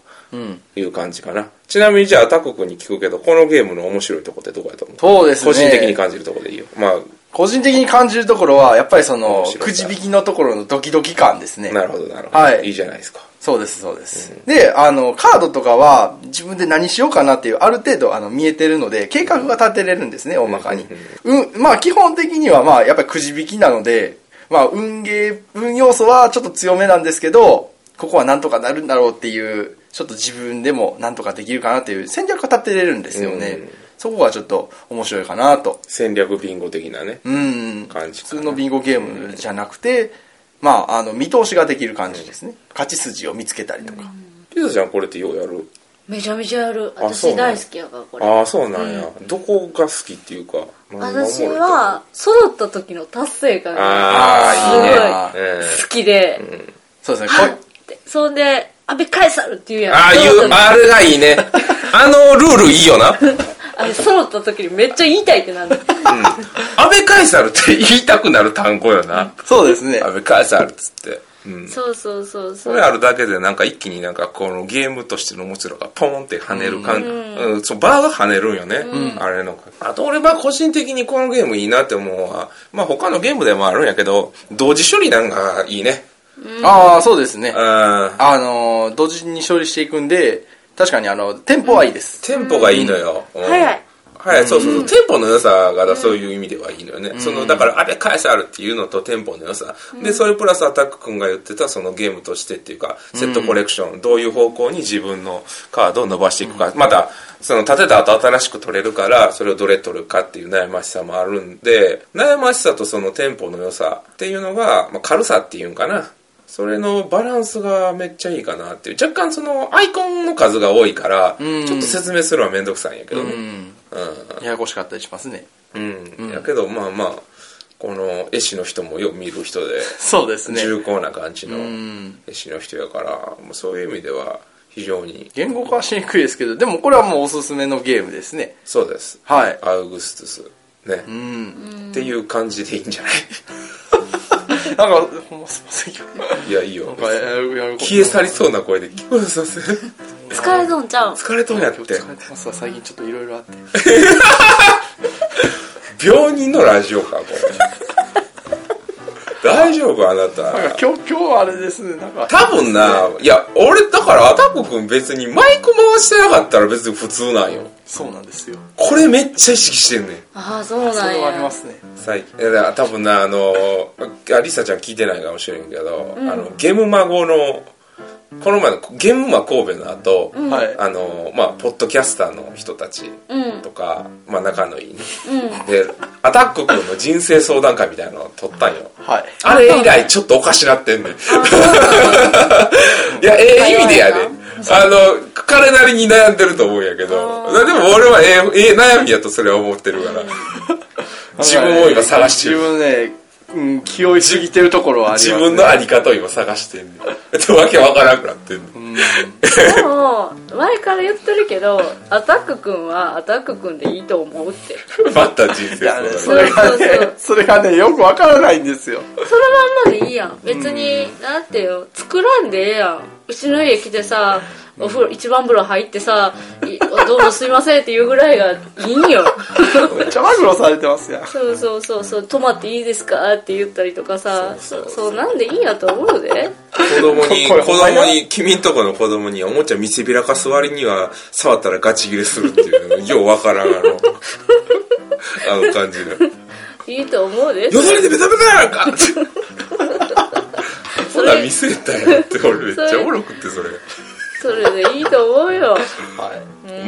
S1: いう感じかな。ちなみにじゃあ、タク君に聞くけど、このゲームの面白いとこってどこやと思う
S4: そうですね。
S1: 個人的に感じるとこでいいよ。まあ、
S4: 個人的に感じるところは、やっぱりその
S1: 面白い、
S4: くじ引きのところのドキドキ感ですね。
S1: なるほど、なるほど。
S4: はい
S1: いいじゃないですか。
S4: そうです、そうです。で、あの、カードとかは自分で何しようかなっていう、ある程度あの見えてるので、計画が立てれるんですね、大まかに。うん、まあ基本的にはまあやっぱりくじ引きなので、まあ運ゲー、運要素はちょっと強めなんですけど、ここはなんとかなるんだろうっていう、ちょっと自分でもなんとかできるかなっていう戦略が立てれるんですよね。
S1: うん
S4: そこがちょっと面白いかなと。
S1: 戦略ビンゴ的なね、
S4: うん。
S1: 感じ
S4: 普
S1: か
S4: 通
S1: な
S4: のビンゴゲームじゃなくて、まあ、あの、見通しができる感じですね。勝ち筋を見つけたりとか。
S1: ピザちゃんこれってようやる。
S2: めちゃめちゃやる
S1: あそう
S2: 私
S1: なんや
S2: 大好きやからこれ
S1: ああ、そうなんや、どこが好きっていうか、何がおもろい
S2: 私
S1: と思う
S2: は、揃った時の達成感が
S1: ああ、いいね。うん
S2: 好きで、
S4: そうです
S2: は
S4: ね
S2: っ。ってそんで「阿部返さる」って言うやん
S1: ああいう、あれがいい
S4: [laughs]
S1: ね。あのルールいいよな。
S2: あれ揃った時にめっちゃ言いたいってなる
S1: 安倍カイサルって言いたくなる単語よな。
S4: こそ
S1: [laughs]
S4: うですね。
S1: 安倍カイサルっつって。うん。
S2: そうそうそうそ
S1: そうれあるだけでなんか一気になんかこのゲームとしての面白さがポンって跳ねる感うん、そう、バーが跳ねるんよね。あれの。あと俺は個人的にこのゲームいいなって思うのは、まあ他のゲームでもあるんやけど、同時処理なんかいいね。
S4: ああ、そうですね
S1: う。ん。
S4: あのー、同時に処理していくんで、確かにあの、テンポはいいです。
S1: テンポがいいのよ。うん
S2: 早い。
S1: はい、そうそうそう。テンポの良さがそういう意味ではいいのよね。その、だから、あれ返せあるっていうのとテンポの良さ。で、それプラスアタック君が言ってたそのゲームとしてっていうか、セットコレクション、どういう方向に自分のカードを伸ばしていくか。また、その立てた後新しく取れるから、それをどれ取るかっていう悩ましさもあるんで、悩ましさとそのテンポの良さっていうのが、まあ、軽さっていうんかな。それのバランスがめっちゃいいかなっていう。若干そのアイコンの数が多いから、
S4: うん
S1: ちょっと説明するのはめんどくさいんやけどね。
S4: うん。
S1: うん
S4: ややこしかったりしますね。
S1: うん、やけどまあまあこの絵師の人もよく見る人で
S4: そうです [laughs] ね。
S1: 重厚な感じの
S4: うん。
S1: 絵師の人やからもうそういう意味では非常に
S4: 言語化はしにくいですけど、でもこれはもうおすすめのゲームですね。
S1: そうです
S4: はい。
S1: アウグストゥスね
S4: う、ん。
S1: っていう感じでいいんじゃない
S4: なんか、ほんますいませんけど。
S1: いやいいよ
S4: なんか、やるやること
S1: 消え去りそうな声で「聞こえさせん
S2: 疲れとんちゃうん
S1: 疲れとんやっ
S4: 今日
S1: て
S4: [laughs] 疲れてますわ、最近ちょっといろいろあって。
S1: 病人のラジオかこれ [laughs] 大丈夫あなた
S4: なんか今日、今日はあれですね、なんか。
S1: 多分な、いや、俺、だから、アタック君別にマイク回してなかったら別に普通なんよ。
S4: そうなんですよ。
S1: これめっちゃ意識してんねん。
S2: ああそう
S4: そ
S2: なん
S4: れはありま
S2: や
S4: すね。
S1: 最近いやだから多分なあのあリサちゃん聞いてないかもしれんけど、あのゲームマゴのこの前のゲームマ神戸の後、
S4: はい。
S1: あのまあポッドキャスターの人たちとか、まあ仲のいいね、でアタック君の人生相談会みたいなのを撮ったんよ
S4: はい。
S1: あれ以来ちょっとおかしなってんねん。 [laughs] いや、ええ意味でやで。あの、彼なりに悩んでると思うんやけど。でも俺はええええ悩みやとそれは思ってる [laughs] から。自分を今探してる
S4: 自。分ね、うん、気負いすぎてるところはあります、
S1: 自
S4: ね。
S1: 分のあり方を今探してんねん。 [laughs] わけわからなくなってんねん。
S2: でも前から言ってるけどアタックくんはアタックくんでいいと思うって
S1: また人生
S4: いやね
S1: 相
S4: そ
S1: 談
S2: そうそうそ
S4: れがね
S2: う、
S4: それがね、よくわからないんですよ。
S2: そのまんまでいいやん別に、なんていうの作らんでええやんうちの家来てさお風呂一番風呂入ってさいどうもすいませんって言うぐらいがいいんよ
S4: めっちゃマグロされてますやん。
S2: そうそうそうそう泊まっていいですかって言ったりとかさ
S1: そうそうそう
S2: そうなんでいいやと思うで
S1: 子供に、
S4: こ
S1: 子
S4: れほんまに
S1: 供に、君んとこの子供におもちゃ見せびらかす割には、触ったらガチ切れするっていう、ようわからん、あの、あの感じの。よ
S2: いいと思うです。
S1: だれで目覚めたやんかって。 [laughs] ほら見せたやんって、俺めっちゃおもろくって、それ。
S2: それでいいと思うよ。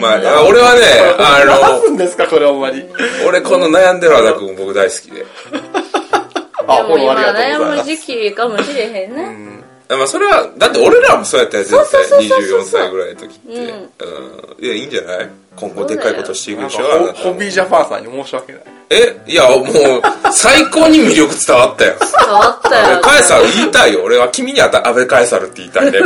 S1: まあ、あ俺はね、あ
S4: 何ですか、これほんまに。
S1: の、俺この悩んでる和田くん僕大好きで。
S4: あ、
S2: で
S4: フ
S2: も
S4: ォロー
S2: 今
S4: ありがとうござい
S2: 悩
S4: ま
S2: む
S4: す。
S2: 時期かもしれへんね。
S1: あまあそれは、だって俺らもそうやったよ、絶対。24歳ぐらいの時って。うん。いや、いいんじゃない今後でっかいことしていく
S4: なん
S1: でし
S4: か
S1: ょあなた
S4: ホホビージャパンさんに申し訳ない。
S1: えいや、もう、最高に魅力伝わった [laughs] よ。
S2: 変わった
S1: 俺
S2: よ。
S1: カエサル言いたいよ。俺は君にあた、安倍カエサルって言いたいね。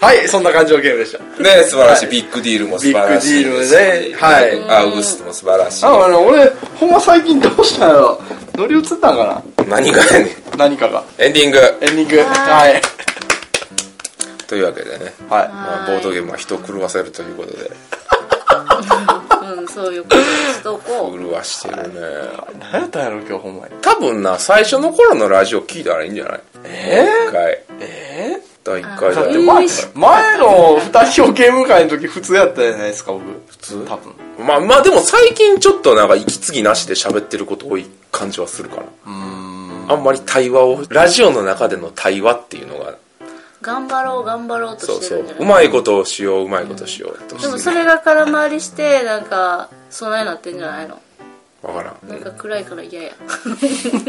S4: はい、そんな感じのゲームでした。
S1: ね素晴らしい。
S4: はい
S1: ビッグディールも素晴らしい。
S4: ビッグディールでねはい
S1: アウグストも素晴らしい。
S4: あ、あの、俺、ほんま最近どうしたんやろ乗り移ったんか
S1: 何がやねん。
S4: な何かが。
S1: [laughs] エンディング。
S4: エンディング。はい。
S1: というわけでね。
S4: は
S1: まあ、ボードゲームは人を狂わせるということで。
S2: うん、そういうことにしとこ
S1: 狂わしてるね。
S4: い。何やったんやろ、今日ほんまに。
S1: 多分な、最初の頃のラジオ聞いたらいいんじゃない
S4: え
S1: 一回。
S4: えー
S1: 第1回
S4: だっ
S1: だ
S4: て
S1: よ。
S4: 前前の二人をゲーム会の時普通やったじゃないですか僕普通多分
S1: まあまあでも最近ちょっとなんか息継ぎなしで喋ってること多い感じはするかな。あんまり対話を、ラジオの中での対話っていうのが、
S2: う。頑張ろう、頑張ろうと
S1: そう
S2: して
S1: そ
S2: るんじ
S1: う
S2: ゃ、
S1: う
S2: ない
S1: まいことをしよう、うまいことしようと
S2: でも
S1: し
S2: そ
S1: て。
S2: れが空回りして、なんか、そないなってんじゃないの
S1: わからん。
S2: なんか暗いから嫌や。 [laughs]
S4: だから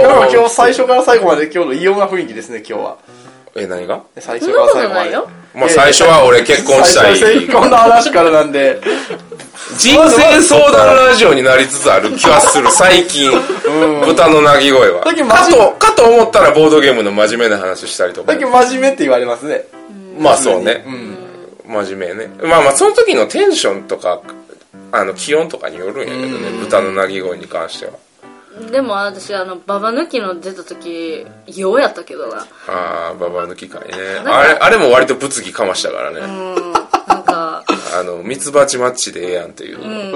S4: 今日今日最初から最後まで今日の異様な雰囲気ですね今日は
S1: え、何が
S4: 最
S2: そ
S4: 初
S2: ん
S4: か
S2: なこと
S4: ら最後ま
S2: な
S4: で
S2: いよ。
S1: まあ最初は俺結婚したい。
S4: 最初は結婚の話からなんで
S1: 人生相談ラジオになりつつある気はする、最近。豚の鳴き声は。
S4: だけど
S1: かと、かと思ったらボードゲームの真面目な話したりとか
S4: だ。けど真面目って言われますね
S1: まあそうね。真面目ね。まあまあその時のテンションとか、あの気温とかによるんやけどね、豚の鳴き声に関しては。
S2: でも私、あの、ババ抜きの出た時、ようやったけどな。
S1: ああ、ババ抜き会ね。あれ、あれも割と物議かましたからね。
S2: うん。なん
S1: あ
S2: か、
S1: の、ミツバチマッチでええやんっていうう。
S2: ん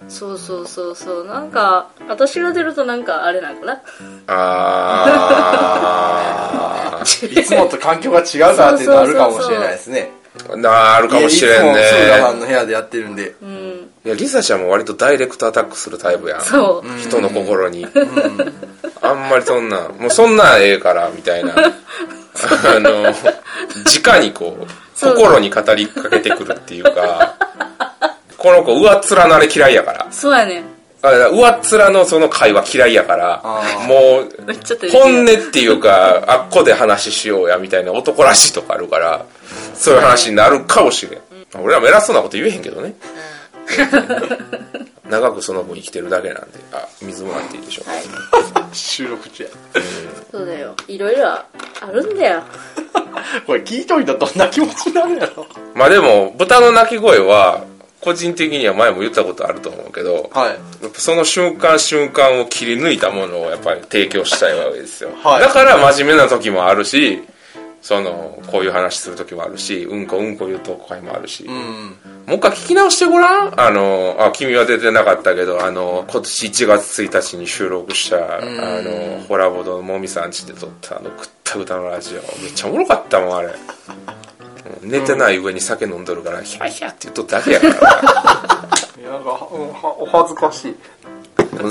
S4: う。ん
S2: そうそうそうそうなんか私が出るとなんかあれなんかな
S1: あ
S4: いつもと環境が違うなってなるかもしれないですね
S1: あ、なるかもしれん
S4: いやいつもスーダさ
S1: ね。
S4: んの部屋でやってるんで
S2: [laughs] うん
S1: いや、リサちゃんも割とダイレクトアタックするタイプやん。
S2: そう、
S1: 人の心に。あんまりそんな、もうそんなんええから、みた
S2: [laughs]
S1: いな。あの、直にこう、
S2: そう
S1: 心に語りかけてくるっていうか、この子、上っ面のあれ嫌いやから。
S2: そうやねん
S1: あ上っ面のその会話嫌いやから、もう、
S2: めっちゃ照れてる
S1: 本音っていうか、あっこで話しようやみたいな男らしいとかあるから、そういう話になるかもしれん。俺らも偉そうなこと言えへんけどね。長くその分生きてるだけなんで、あ、水もらっていいでしょうか。
S4: 収録中や
S2: そうだよいろいろあるんだよ
S4: これ聞いといたらどんな気持ちになるやろ
S1: まあでも、豚の鳴き声は、個人的には前も言ったことあると思うけど、
S4: はい
S1: やっぱその瞬間瞬間を切り抜いたものをやっぱり提供したいわけですよ、
S4: はい
S1: だから真面目な時もあるしそのこういう話する時もあるしうんこうんこ言うと会もあるし、
S4: う
S1: も
S4: ん
S1: う一回聞き直してごらんあのあ君は出てなかったけどあの今年1月1日に収録した、あのホラボドのもみさんちで撮ったあのぐったぐたのラジオめっちゃおもろかったもんあれ寝てない上に酒飲んどるから、ヒャヒャって言っとっただけやから
S4: いやなんかうんはお恥ずかしい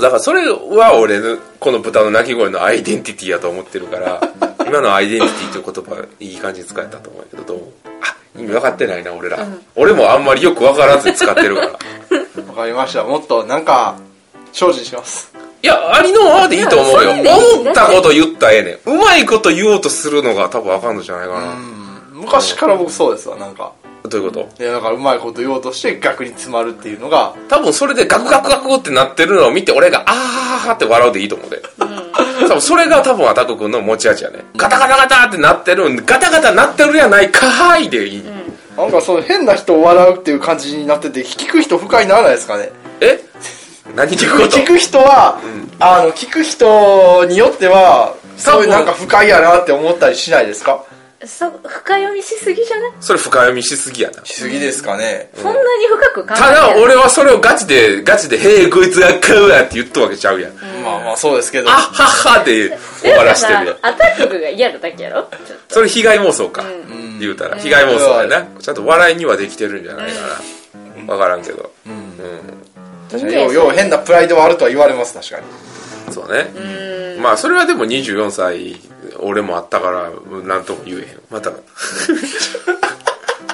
S1: だからそれは俺のこの豚の鳴き声のアイデンティティやと思ってるから今のアイデンティティという言葉いい感じに使えたと思うけどどうあ意味分かってないな俺ら、俺もあんまりよく分からずに使ってるから
S4: わかりました。もっとなんか、精進します。
S1: [laughs] いやありのままでいいと思うよ
S2: いやそれでいい
S1: 思ったこと言ったらええねんうまいこと言おうとするのが多分あかんのじゃないかな、
S4: 昔から僕そうですわ、なんか。
S1: どういうこと
S4: いや、だからうまいこと言おうとして逆に詰まるっていうのが、
S1: 多分それでガクガクガクってなってるのを見て俺があーって笑うでいいと思うで、多分それが多分アタック君の持ち味やねガタガタガタってなってるんでガタガタなってるやないかーいでいい、
S4: なんかその変な人を笑うっていう感じになってて、聞く人不快にならないですかね。
S1: え何聞くこと
S4: 聞く人は、あの、聞く人によっては、そういうなんか不快やなって思ったりしないですか
S2: そ深読みしすぎじゃない
S1: それ深読みしすぎやな。
S4: しすぎですかね。
S2: そんなに深く考え
S1: た
S2: ない
S1: だ、俺はそれをガチで、ガチで、へえ、こいつが買うわって言ったわけちゃうやん。
S4: まあまあそうですけど
S1: あ。ははで終
S2: で
S1: わ
S2: も
S1: らしてるやん
S2: さ。アタックが嫌なだけやろちょっ
S1: それ被害妄想か、
S4: ん
S1: 言うたら被害妄想やなちゃんと笑いにはできてるんじゃないかな、わからんけどうん、
S4: 確かにようよう変なプライドはあるとは言われます、確かに。
S1: そうね、まあそれはでも24歳俺もあったから何とも言えへんまた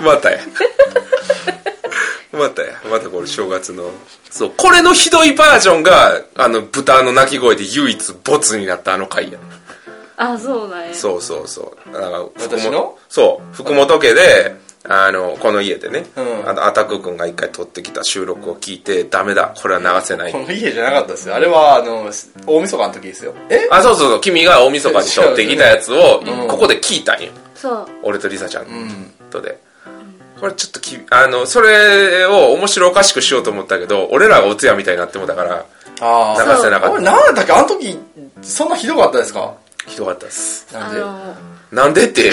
S1: またやまたやまたこれ正月のそうこれのひどいバージョンがあの豚の鳴き声で唯一ボツになったあの回や
S2: とあそうなんや
S1: そうそうそう。だから福本
S4: 私の
S1: そう。福本家で、あの、この家でね、
S4: うん
S1: あのアタック君が一回撮ってきた収録を聞いて、ダメだ、これは流せない
S4: こ。の家じゃなかったですよ。あれは、あの、大晦日の時ですよ。え
S1: あ、そうそうそう、君が大晦日に撮ってきたやつを、
S4: うん
S1: ここで聞いたんよ。
S2: そう
S1: 俺とリサちゃん
S4: うん。
S1: とで。これちょっとき、あの、それを面白おかしくしようと思ったけど、俺らがお通夜みたいになってもだから、
S4: あ
S1: 流せな
S4: あ。
S1: か
S4: これ
S1: った。
S4: 何だったっけあの時、そんなひどかったですか
S1: ひどかったです。
S4: な
S2: あ
S4: んで
S2: の
S1: なんでって、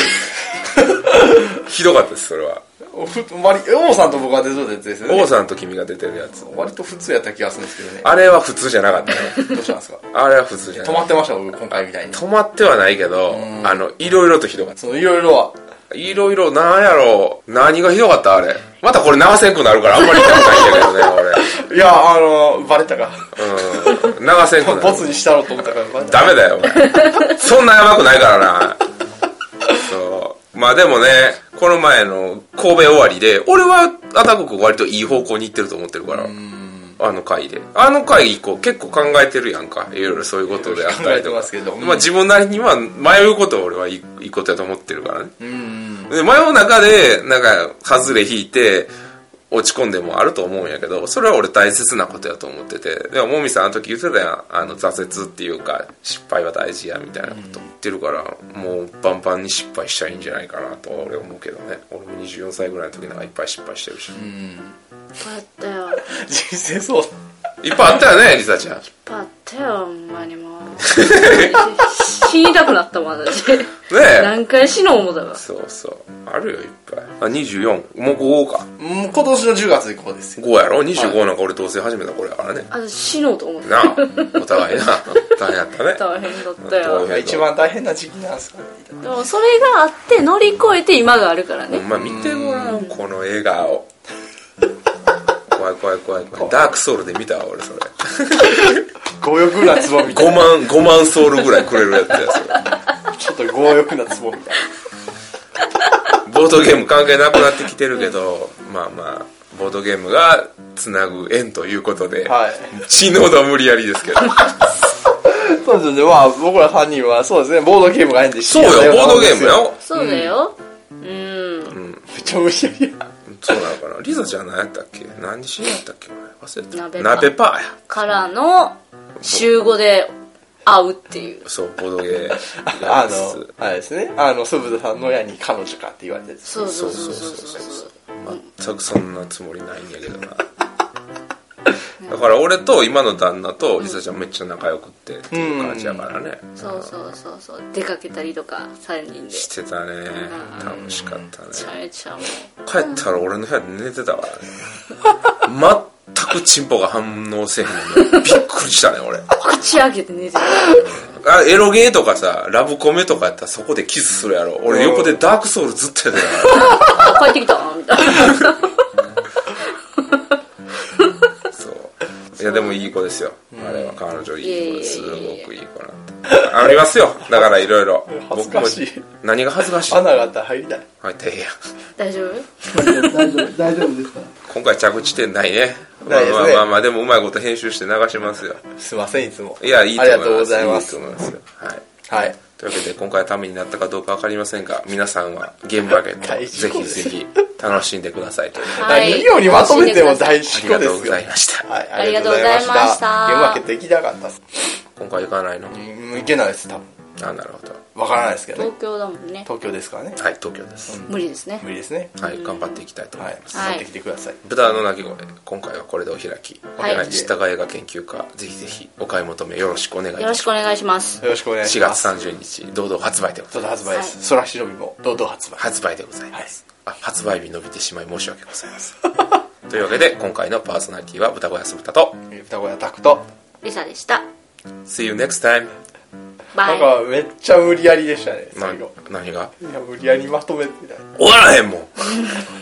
S1: ひどかったです、それは。
S4: おふ割り、王さんと僕は出そうですよね。
S1: 王さんと君が出てるやつ。
S4: 割と普通やった気がするんですけどね。
S1: あれは普通じゃなかったね。
S4: どうしたんですか
S1: あれは普通じゃな
S4: 止
S1: い
S4: まってました、僕、今回みたいに。
S1: 止まってはないけど、
S4: ん
S1: あの、いろいろとひどかっ
S4: その、いろいろは。
S1: た。いろいろ、なんやろう。何がひどかったあれ。またこれ流せんくなるから、あんまり言いたくないんだ
S4: いや、あの、バレたか。
S1: けどね、俺。うん。流せんくなる。
S4: [laughs] ボツにしたろうと思ったから、バレた。
S1: ダメだよ、お前。そんなやばくないからな。そう。まあでもね、この前の神戸終わりで、俺はアタック君割といい方向に行ってると思ってるから。あの回で。あの回以降結構考えてるやんか。いろいろそういうことであったりと
S4: 考えてま
S1: か
S4: す。けど
S1: まあ自分なりには迷うことは俺はいいいいことやと思ってるからね。
S4: うん。
S1: で迷う中で、なんか、外れ引いて、落ち込んでもあると思うんやけど、それは俺大切なことやと思ってて。でも、もみさんあの時言ってたやん。あの、挫折っていうか、失敗は大事や、みたいなこと言ってるから、もうバンバンに失敗しちゃいいんじゃないかなとは俺思うけどね。俺も24歳ぐらいの時なんかいっぱい失敗してるし。
S2: こうやったよ
S4: 人生そう。
S1: いっぱいあったよね、りさちゃん。
S2: パッてよほんまにもう死にたくなったもん私
S1: ねえ。
S2: 何回死のう思ったわ
S1: そうそう。あるよ、いっぱい。あ、24。もう5か。
S4: もう今年の10月以降ですよ。
S1: 5やろ ?25 なんか俺同棲始めたこれやからね。
S2: あ死のうと思った
S1: なあ。お互いな。大変やったね。
S2: 大変だったよ
S4: 一番大変な時期なんですかね。
S1: [laughs]
S2: でもそれがあって乗り越えて今があるから
S1: お
S2: ね
S1: 前見てごらんこの笑顔怖い怖い怖い怖いダークソウルで見たわ俺それ
S4: 強欲なツボみたい
S1: 5万5万ソウルぐらいくれるやつやそれ
S4: な。ちょっと強欲なツボみたい
S1: ボードゲーム関係なくなってきてるけどまあまあボードゲームがつなぐ縁ということで、
S4: な。はい。
S1: 死ぬほど無理やりですけど
S4: [laughs] そうですね。まあ、僕ら3人は、そうですね。ボードゲームが変で
S1: そうよボードゲーム。よ
S2: そうだようん、
S4: めっちゃ無理やりや。
S1: そうなのかなリザちゃん何やったっけ何で死んやったっけ俺忘れた
S2: 鍋パ
S1: 鍋パーや
S2: からの週5で会うっていう
S1: そうボードゲーム
S4: [laughs] あ
S1: やりつつ
S4: の、あれですね。あの、鈴田さんの親に彼女かって言われてる。
S2: そうそう
S1: そ
S2: そう
S1: そ
S2: うそうう
S1: そ
S2: そうう
S1: 全くそんなつもりないんやけどなだから俺と今の旦那とリサちゃんめっちゃ仲良くってっていう感じやからね、
S2: そうそうそうそう出かけたりとか3人で
S1: してたね楽しかったね
S2: めちゃめちゃもう
S1: 帰ったら俺の部屋で寝てたからね全くチンポが反応せへんのにびっくりしたね俺
S2: 口開けて
S4: [laughs]
S2: 寝てた
S1: あエロゲーとかさラブコメとかやったらそこでキスするやろ俺横でダークソウルずっとやってたから
S2: あ帰ってきた [laughs] みたいな
S1: そういやでもいい子ですよ、あれは彼女いい子です
S2: いやいやいやいや
S1: すごくいい子なんてありますよだからいろいろ
S4: 恥ずかしい
S1: 僕も何が恥ずかしい
S4: 穴があったら入りたい。
S1: 入っていいや
S2: 大丈夫
S1: 今回着地点ないね
S4: ないで
S1: ま
S4: すね
S1: あまあまあまあでもうまいこと編集して流しますよ
S4: すいません、いつも。
S1: いやいいと
S4: あ
S1: 思います
S4: りがとうございます
S1: いと。思いますよはい
S4: はい。
S1: というわけで今回はためになったかどうか分かりませんが皆さんはゲームマーケットを
S4: [laughs] 大事
S1: ぜ
S4: 故
S1: ひ
S4: です
S1: ぜひ楽しんでくださいという
S2: はい
S4: 何よりまとめても大
S1: あ
S4: 事
S1: り
S4: 故
S1: が
S4: で
S1: とう
S4: す
S1: ご
S4: よ
S1: ざい。ました
S4: はい、
S2: ありがとうございました
S4: ありがとうございましたゲーム分けできなかったっす。
S1: 今回行かないの
S4: うん、いけないです、多分。
S1: あなるほど
S4: わからないですけどね
S2: 東京だもんね
S4: 東京ですからね
S1: はい東京です、
S2: 無理ですね
S4: 無理ですね
S1: はい頑張っていきたいと思
S4: はいい
S1: ます、
S4: 持ってきてください
S1: 豚の鳴き声今回はこれでお開き、
S2: はい
S1: はい、従映画研究家ぜひぜひお買い求めよろしくお願いい
S2: よろ
S1: た
S2: し
S1: し
S2: くお願いします
S4: よろしくお願
S1: ま
S4: い
S1: す
S4: し
S1: 4
S4: ます
S1: 月30日堂々発売でござ
S4: 堂
S1: いま
S4: 々
S1: す
S4: 発売です空忍びも堂々発売
S1: 発売でございます、あ発売日伸びてしまい申し訳ございません [laughs] というわけで今回のパーソナリティは豚小屋す豚と
S4: 双子やタクト
S2: リサでした
S1: See you next time
S2: バ
S4: なん
S2: イ
S4: かめっちゃ無理やりでしたね最後
S1: な何が
S4: いや無理やりまとめてみたいな
S1: 終わらへんもん